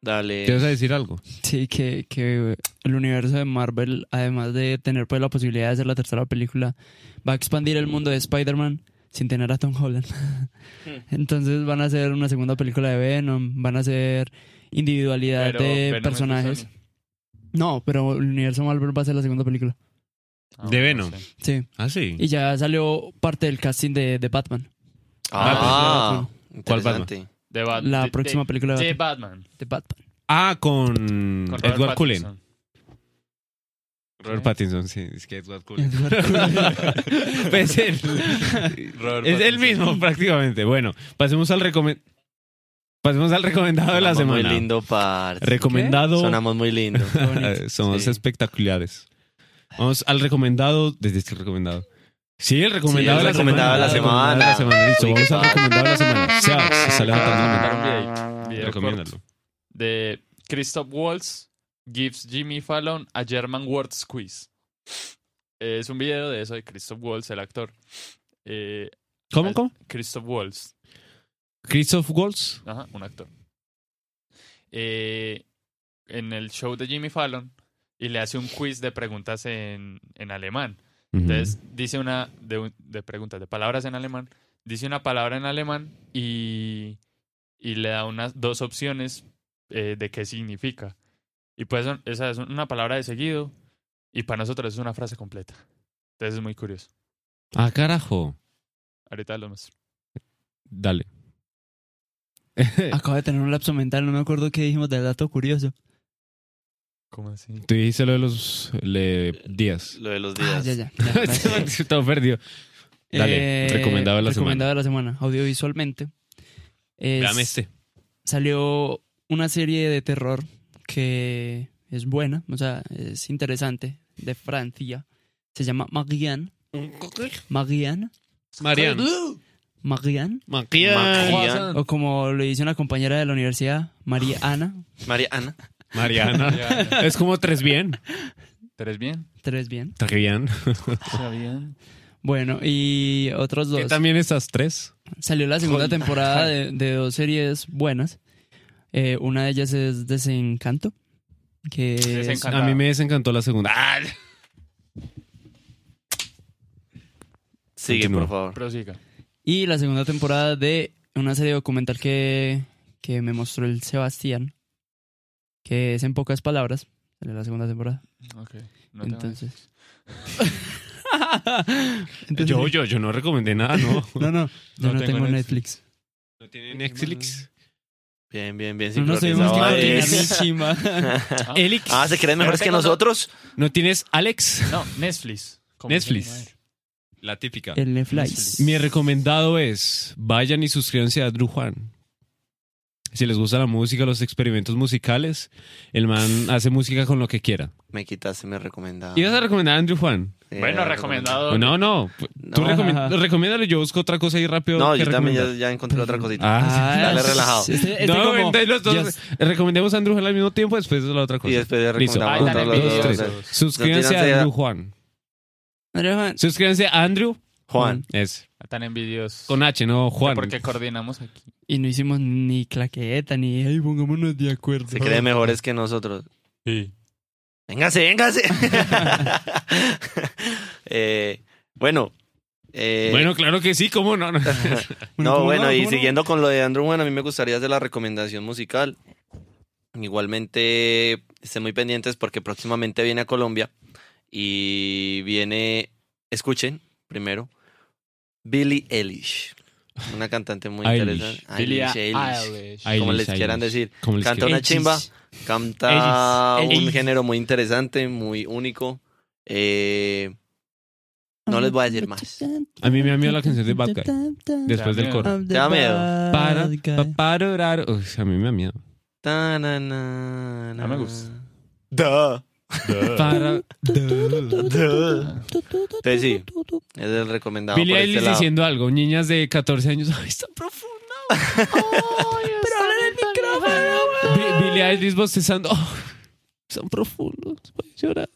Dale.
¿Te vas a decir algo?
Sí, que, que el universo de Marvel, además de tener pues la posibilidad de hacer la tercera película, va a expandir el mundo de Spider-Man sin tener a Tom Holland.
Hmm.
Entonces van a hacer una segunda película de Venom, van a hacer individualidad
Pero
de
Venom es
personajes.
Sony.
No, pero el universo Marvel va a ser la segunda película.
Ah,
De
no
Venom.
sé.
Sí.
Ah, sí.
Y ya salió parte del casting de, de Batman. Pues,
Ah,
¿Cuál
interesante.
De Bat-
La
Ah, de-
próxima
de-
película de
de
Batman.
Batman.
De Batman.
Ah, con,
con Robert
Edward Cullen.
Pattinson.
Robert Pattinson, sí. Es que Edward Cullen.
Edward Cullen.
Pues él.
Robert
es el
Pattinson.
mismo prácticamente. Bueno, pasemos al recomen- pasemos al recomendado de la
Sonamos
semana.
Muy lindo parte.
Recomendado.
Sonamos muy lindo.
Eh, Somos
Sí.
espectaculares. Vamos al recomendado. Desde este recomendado. Sí, el recomendado,
Sí, el
de, la
recomendado de la
semana. El recomendado de la semana. Listo,
Sí,
vamos
qué
al recomendado de la semana. Sebas, se sale
Ah, Mandaron
levantando la mano.
video- video corto
Recomiéndalo.
De Christoph Waltz gives Jimmy Fallon a German word squeeze. Es un video de eso de Christoph Waltz, el actor. Eh,
¿Cómo,
al-
cómo?
Christoph Waltz.
Christoph Waltz.
Ajá, un actor. Eh, en el show de Jimmy Fallon y le hace un quiz de preguntas en, en alemán. Entonces dice una de, un- de preguntas, de palabras en alemán, dice una palabra en alemán y, y le da unas dos opciones eh, de qué significa. Y pues son- esa es una palabra de seguido y para nosotros es una frase completa. Entonces es muy curioso.
Ah, carajo.
Ahorita lo muestro.
Dale.
Acabo de tener un lapso mental, no me acuerdo qué dijimos del dato curioso.
¿Cómo así?
Tú dijiste lo de los le- días.
Lo de los
Ah,
días.
ya, ya. ya, gracias.
Todo perdido. Dale, recomendado de la
Eh, recomendado de la semana, audiovisualmente. Es-
Dame este.
Salió una serie de terror que es buena, o sea, es interesante, de Francia. Se llama Marianne. Marianne.
Marian.
Marianne.
Ah,
Marian.
María,
O como le dice una compañera de la universidad, María Ana.
María Ana.
Mariana.
Ya,
Es como tres bien.
¿Tres bien?
Tres bien.
Tres bien.
¿Está bien?
Bueno, y otros dos.
Que también estás tres.
Salió la segunda temporada de, de dos series buenas. Eh, una de ellas es Desencanto. Que es-
Desencanto.
A mí me desencantó la segunda. ¡Ah!
Sigue,
Continúa.
por favor.
Prosiga.
Y la segunda temporada de una serie documental que, que me mostró el Sebastián, que es en pocas palabras, sale la segunda temporada.
Ok. No tengo-
Entonces.
Yo, yo, yo no recomendé nada, ¿no?
No, no, yo no, tengo, Netflix.
¿No tiene Netflix?
Bien, bien, bien.
No nos tuvimos que
sincronizado,
imaginar
Alex.
ni chimba.
¿Elix?
Ah, ¿se
Pero
creen mejores que
tengo otro-
nosotros?
¿No tienes Alex?
No, Netflix. Como
Netflix.
se llama,
La típica.
El
Netflix.
Netflix.
Mi recomendado es, vayan y suscríbanse a Drew Juan. Si les gusta la música, los experimentos musicales, el man hace música con lo que quiera.
Me quitaste, me recomendado.
¿Ibas a recomendar a Andrew Juan?
Eh,
Bueno, recomendado.
No, no. pu- Tú
No.
recomiendas recomiéndalo, yo busco otra cosa ahí rápido.
No,
que
yo también ya,
recomendar.
ya encontré otra cosita.
Ah, sí.
dale relajado.
Este- este
No,
como-
entonces los dos
Yes.
recomendemos a Andrew Juan al mismo tiempo, después de la otra cosa.
Y después de
Listo.
recomendamos
Ay, dale,
todos los
dos,
dos,
tres.
dos.
Suscríbanse a
Suscríbanse a-
Andrew Juan.
Andrea Juan.
Suscríbanse a Andrew.
Juan.
Es.
Tan envidiosos.
Con H, no Juan.
Porque coordinamos aquí.
Y no hicimos ni claqueta, ni hey, pongámonos de acuerdo.
Se creen mejores que nosotros.
Sí.
Véngase, véngase. Eh, bueno. eh,
Bueno, claro que sí, ¿cómo no? No.
No,
¿cómo
bueno,
no?
y
¿Cómo no?
siguiendo con lo de Andrew Juan, a mí me gustaría hacer la recomendación musical. Igualmente, estén muy pendientes porque próximamente viene a Colombia y viene, escuchen primero, Billie Eilish, una cantante muy
Eilish.
interesante.
Billie
Eilish, Eilish,
Eilish.
Ay,
como les
Eilish, Eilish.
quieran decir.
Como les
Canta
quiera.
una chimba, canta
Eilish,
un
Eilish.
género muy interesante, muy único. Eh, no les voy a decir más.
A mí me da miedo la canción de Bad Guy. Después del coro.
I'm the
Te da miedo.
bad
Para,
guy.
pa- para, orar. Uy, a mí me da miedo.
Ta, na, na,
Ah, me gusta.
na. Duh.
Para.
Entonces sí, es el recomendado
Billie
por este
Eilish
lado.
diciendo algo. Niñas de 14 años. Ay, está profundo.
Pero habla en el micrófono.
Bi- Billie Eilish bostezando. Oh, son profundos. Voy a llorar.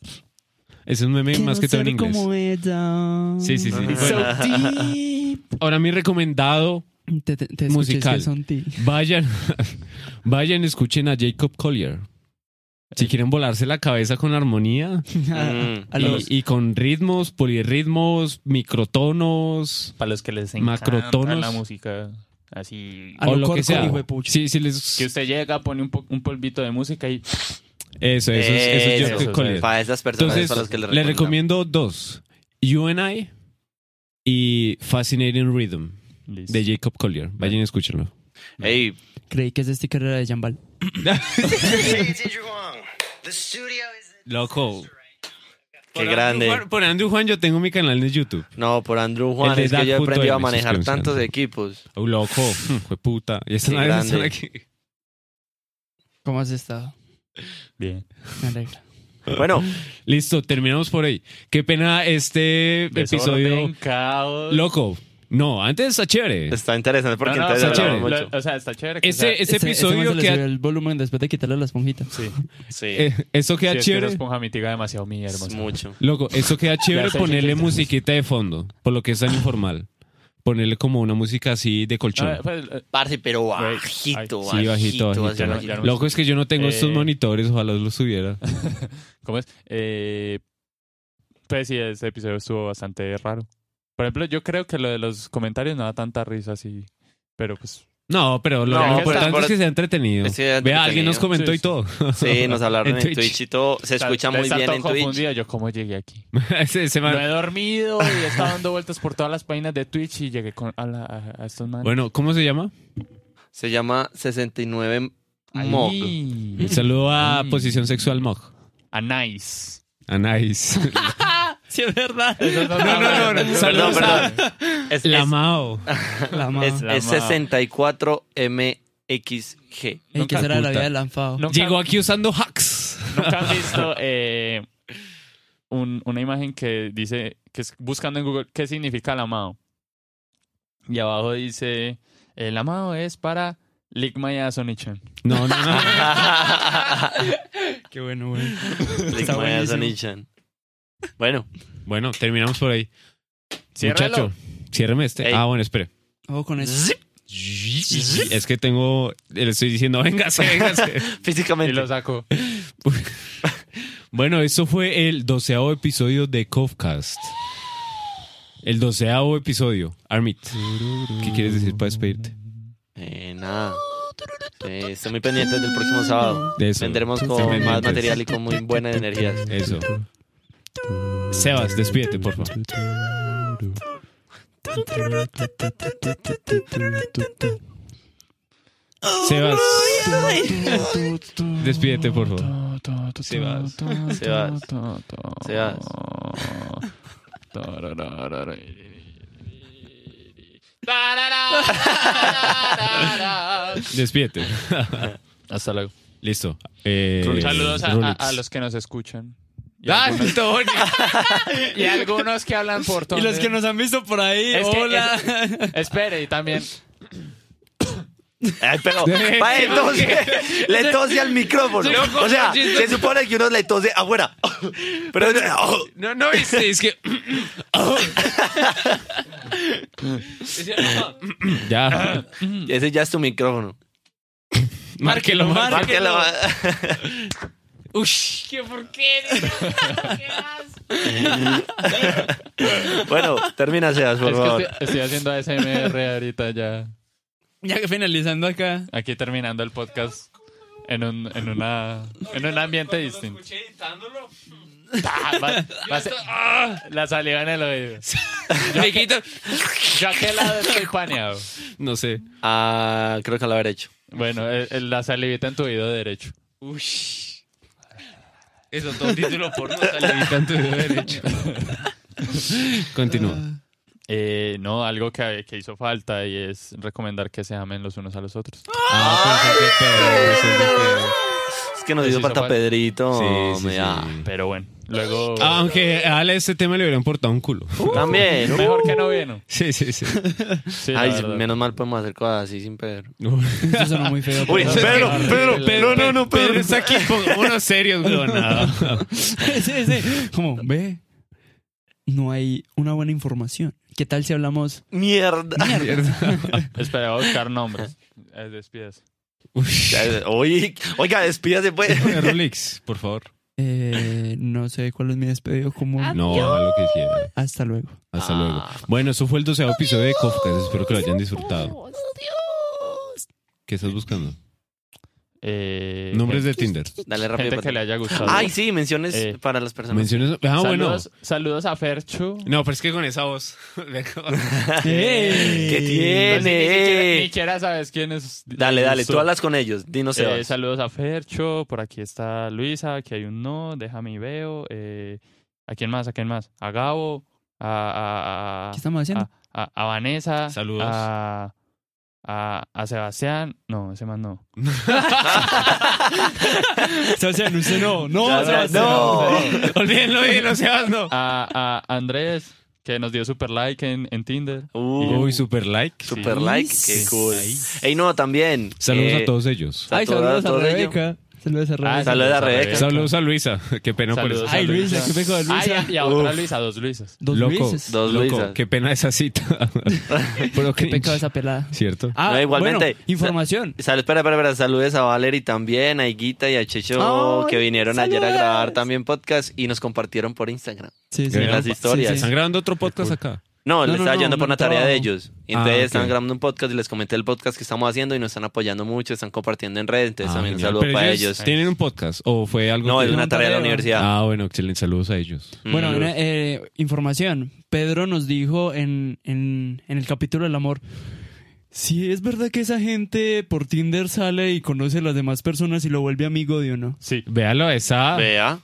Ese es un meme más que todo en
ser
inglés.
como ella.
Sí, sí, sí.
Ah.
Bueno,
So deep.
ahora mi recomendado.
Te, te, te escuché,
Musical.
es que son ti.
Vayan, vayan, escuchen a Jacob Collier. Si quieren volarse la cabeza con armonía
Mm.
A
y,
los-
y con ritmos, polirritmos, microtonos,
Para los que les encanta
Macrotonos.
la música así.
A
o
lo
lo que
corco,
sea.
hijo de pucha.
Sí, sí les-
Que usted llega, pone un, po- un polvito de música y...
Eso, eso, es- eso es
Eh, Eso,
Jacob
eso,
Collier.
Para esas personas
Entonces,
para las que les
le recomiendo dos: You and I y Fascinating Rhythm
Listo.
de Jacob Collier. Vayan y escúchenlo.
Ey,
Creí que es de este carrera de Jambal.
Loco.
qué grande.
Por Andrew Juan, yo tengo mi canal de YouTube.
No, por Andrew
El
Juan,
de
es que yo he
Dark.mx,
aprendido a manejar
es que me
tantos
encanta.
equipos.
Oh, loco, fue puta. Y esta
Qué
vez están
grande.
aquí.
¿Cómo has estado?
Bien.
Me alegra.
Bueno,
Listo, terminamos por ahí. Qué pena este episodio.
Desorden, caos.
Loco. No, antes está chévere.
está interesante
No,
porque
no,
entonces
está
está
hablamos
chévere.
mucho.
Lo- o sea, está chévere. que
Este,
sea-
este episodio
que
queda.
el volumen después de quitarle la esponjita.
Sí. Sí.
eh, esto
Sí,
queda
es que esa
chévere.
esponja mitiga demasiado mi
Es
hermosa.
mucho.
Loco, esto queda chévere
sé,
ponerle
chiquita.
musiquita de fondo, por lo que es tan informal. Ponerle como una música así de
Ah,
colchón.
No, pues, eh,
Parce, pero
Güey,
bajito,
ay, sí, bajito,
bajito.
bajito.
así,
Ya no-
bajito.
ya no-
Loco, es que yo no tengo estos
Eh.
monitores, ojalá los tuviera.
¿Cómo es? Eh, pues sí, ese episodio estuvo bastante raro. Por ejemplo, yo creo que lo de los comentarios no da tanta risa así. Pero pues.
No, pero lo
No,
pero
importante
por-
es que sea entretenido.
que sea
Vea,
entretenido.
alguien nos comentó
Sí,
y
sí.
todo.
Sí, nos hablaron
En
en,
Twitch.
Twitch y todo. Se escucha muy bien en Twitch.
Yo, ¿cómo llegué aquí?
Ese- ese man-
No he dormido y he estado dando vueltas por todas las páginas de Twitch y llegué con, a, la- a- a estos manes.
Bueno, ¿cómo se llama?
Se llama 69
Ahí.
Mog.
Un saludo a
Ay.
Posición Sexual Mog.
A Nice.
A Nice.
Sí, es verdad.
No, no, no.
Perdón,
Saludos
perdón. Es,
La
es-
Mao.
La mamá.
es- es 64MXG.
Ey, ¿Qué
nunca
será la
puta.
vida del Anfao?
Nunca-
Llegó aquí usando hacks.
¿Nunca han visto eh, un- una imagen que dice, que es buscando en Google, qué significa el amado? Y abajo dice, el amado es para Ligmaya Sonichan.
No, no, no.
Qué bueno, güey.
Lick
Está
my ass on
buenísimo.
Ichan. Bueno,
Bueno, terminamos por ahí.
Ciérralo.
Muchacho, ciérreme este.
Ey.
Ah, bueno, espere.
Ojo con eso.
Es que tengo. Le estoy diciendo, véngase, véngase.
Y
físicamente.
lo saco.
bueno, eso fue el doceavo episodio de Covcast. El doceavo episodio. Armit, ¿qué quieres decir para despedirte?
Eh, nada. Eh, estoy muy pendiente del próximo sábado.
De eso.
Vendremos con
Estén
más
pendientes.
material y con muy buenas energías.
Eso. Sebas, despídete, por favor. Sebas, despídete, por favor.
Sebas.
Sebas. Sebas.
Despídete.
Hasta luego.
Listo. Eh,
Saludos a, a-
Rolex.
a los que nos escuchan. Y
Ah,
algunos, y algunos que hablan por todo.
Y los que nos han visto por ahí,
Es que-
hola.
Espere, y también.
Ay, pero,
Va, entonces, le tose al micrófono.
Loco,
O sea,
no, chiste.
se supone que uno le tose afuera. Pero
oh,
No, no, es, es que.
Ya.
ese ya es tu micrófono.
Márquelo, márquelo.
Márquelo.
¿Qué por qué?
Bueno, termina, Sebas, por
es que
favor.
estoy, estoy haciendo ASMR ahorita ya.
Ya que finalizando acá.
Aquí terminando el podcast en un, en una, en un ambiente distinto. Ah, va- va a ser- ¡Ah! la saliva en el oído.
Me quito.
Yo a qué lado estoy paneado.
No sé.
ah, creo que lo habré hecho.
Bueno, el- el- la salivita en tu oído derecho.
Eso, todo título porno sale.
Tanto de derecho. Continúa.
Eh, no, algo que, que hizo falta y es recomendar que se amen los unos a los otros.
Ah, pensé que Pedro, pensé que Pedro.
Es que nos
Eso
hizo
hizo
falta
falta.
Pedrito.
Sí, sí,
hombre,
sí.
ah.
Pero bueno, luego.
Ah.
Aunque a Ale este tema le hubiera importado un culo.
También.
Mejor que no vino.
Sí, sí, sí.
Sí, la
Ay,
verdad.
menos mal podemos hacer cosas así sin Pedro.
Eso sonó muy feo.
Uy, Pedro,
pero-
Pedro, Pedro,
no, no, Pedro. está aquí, unos serios, weón.
sí, sí. Como, ve, no hay una buena información. ¿Qué tal si hablamos?
Mierda.
Espera, voy a buscar nombres. Eh, Despides.
Oye, oiga, despídase, pues.
Rolix, por favor.
Eh, no sé cuál es mi despedido común.
No, haga lo que quiera.
Hasta luego.
Hasta luego. Bueno, eso fue el doceavo episodio de Kofkas. Espero que lo hayan disfrutado. ¿Qué estás buscando?
Eh,
Nombres de Tinder.
Dale rápido.
gente que le haya gustado.
Ay, sí, menciones
Eh.
para las personas.
Menciones. Ah, bueno.
saludos, saludos a Ferchu.
No, pero es que con esa voz.
¡Ey!
¿Qué
Pues ni, siquiera, ni
tiene?
siquiera sabes quién es.
Dale, dale,
Eso.
tú hablas con ellos. Dinos,
Eh,
Sebas.
saludos a Fercho, por aquí está Luisa, aquí hay un no, déjame y veo. eh, ¿A quién más? ¿A quién más? A Gabo, a, a- a-
¿Qué estamos haciendo?
Ah.
a- a Vanessa,
Saludos.
A, a- a Sebastián, no, ese más no.
Sebastián, usted no. No,
Ya,
Sebastián.
no.
Olvídenlo, olvídenlo, Sebas, no.
A, a Andrés, que nos dio super like en, en Tinder.
Uh,
Uy, super like.
super like. Qué cool. Ey, no, también.
Saludos
eh,
a todos ellos.
Ay, saludos a
todos ellos.
Rebeca. Saludos
Ah,
a Rebeca.
saludos a Rebeca.
Saludos a Luisa. Qué pena por eso.
Saludos a
Ay, Luisa, qué pecado de Luisa.
Ay, y a otra Luisa, dos Luisas.
Dos
Loco.
veces.
Dos
Loco,
Luisas.
qué pena esa cita. Pero
Qué pecado esa pelada.
¿Cierto?
Ah,
No, igualmente.
bueno, información.
Sal- espera, espera, espera. Saludes a Valerie también, a Iguita y a Checho,
Ay,
que vinieron ayer a
saludes.
grabar también podcast y nos compartieron por Instagram.
Sí,
En las
historias.
Sí,
Están
sí.
grabando otro podcast acá.
No,
No,
les
no,
estaba
no,
yendo
no,
por una tarea
trabajo.
de ellos. Y
Ah,
Entonces
ok.
están grabando un podcast y les comenté el podcast que estamos haciendo y nos están apoyando mucho, están compartiendo en redes. Entonces
Ah,
también un
genial.
saludo
Pero
para ellos.
¿Tienen un podcast o fue algo?
No,
que-
es una tarea de la
tarea.
universidad.
Ah, bueno, excelente. Saludos a ellos.
Bueno,
Mm.
una, eh, información. Pedro nos dijo en, en, en el capítulo del amor. Si es verdad que esa gente por Tinder sale y conoce a las demás personas y lo vuelve amigo de uno.
Sí.
Véalo, esa.
Vea.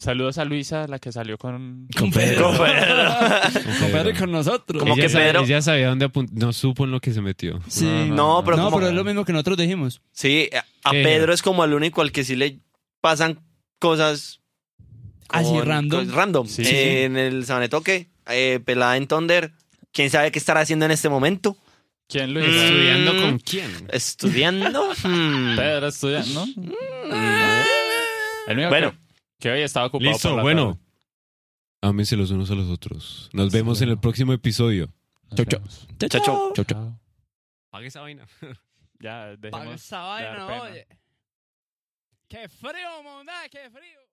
Saludos a Luisa, la que salió con.
Con Pedro.
Con Pedro y con nosotros.
Como
Ella
que
sabe-
Pedro-
Ella sabía dónde apuntar. No supo en lo que se metió.
Sí.
No,
No,
No, pero
pero,
como-
es lo mismo que nosotros dijimos.
Sí, a- a
Eh.
Pedro es como al único al que sí le pasan cosas.
Así, random.
cosas random.
Sí.
Eh, En el Sabanetoque, eh, pelada en Thunder. ¿Quién sabe qué estará haciendo en este momento?
¿Quién Luisa?
¿Estudiando con
quién?
¿Estudiando? Hmm.
Pedro estudiando, ¿no? El mío
Bueno.
que- que hoy estaba ocupado. por
Listo,
la
bueno. Ámense los unos a los otros. Nos vemos en el próximo episodio.
tarde. Nos
Chau,
vemos.
Chao, chao.
Chao.
Pague esa vaina.
Ya, dejemos.
Paga esa
dar
vaina,
pena.
oye. Qué frío, mondá, qué frío.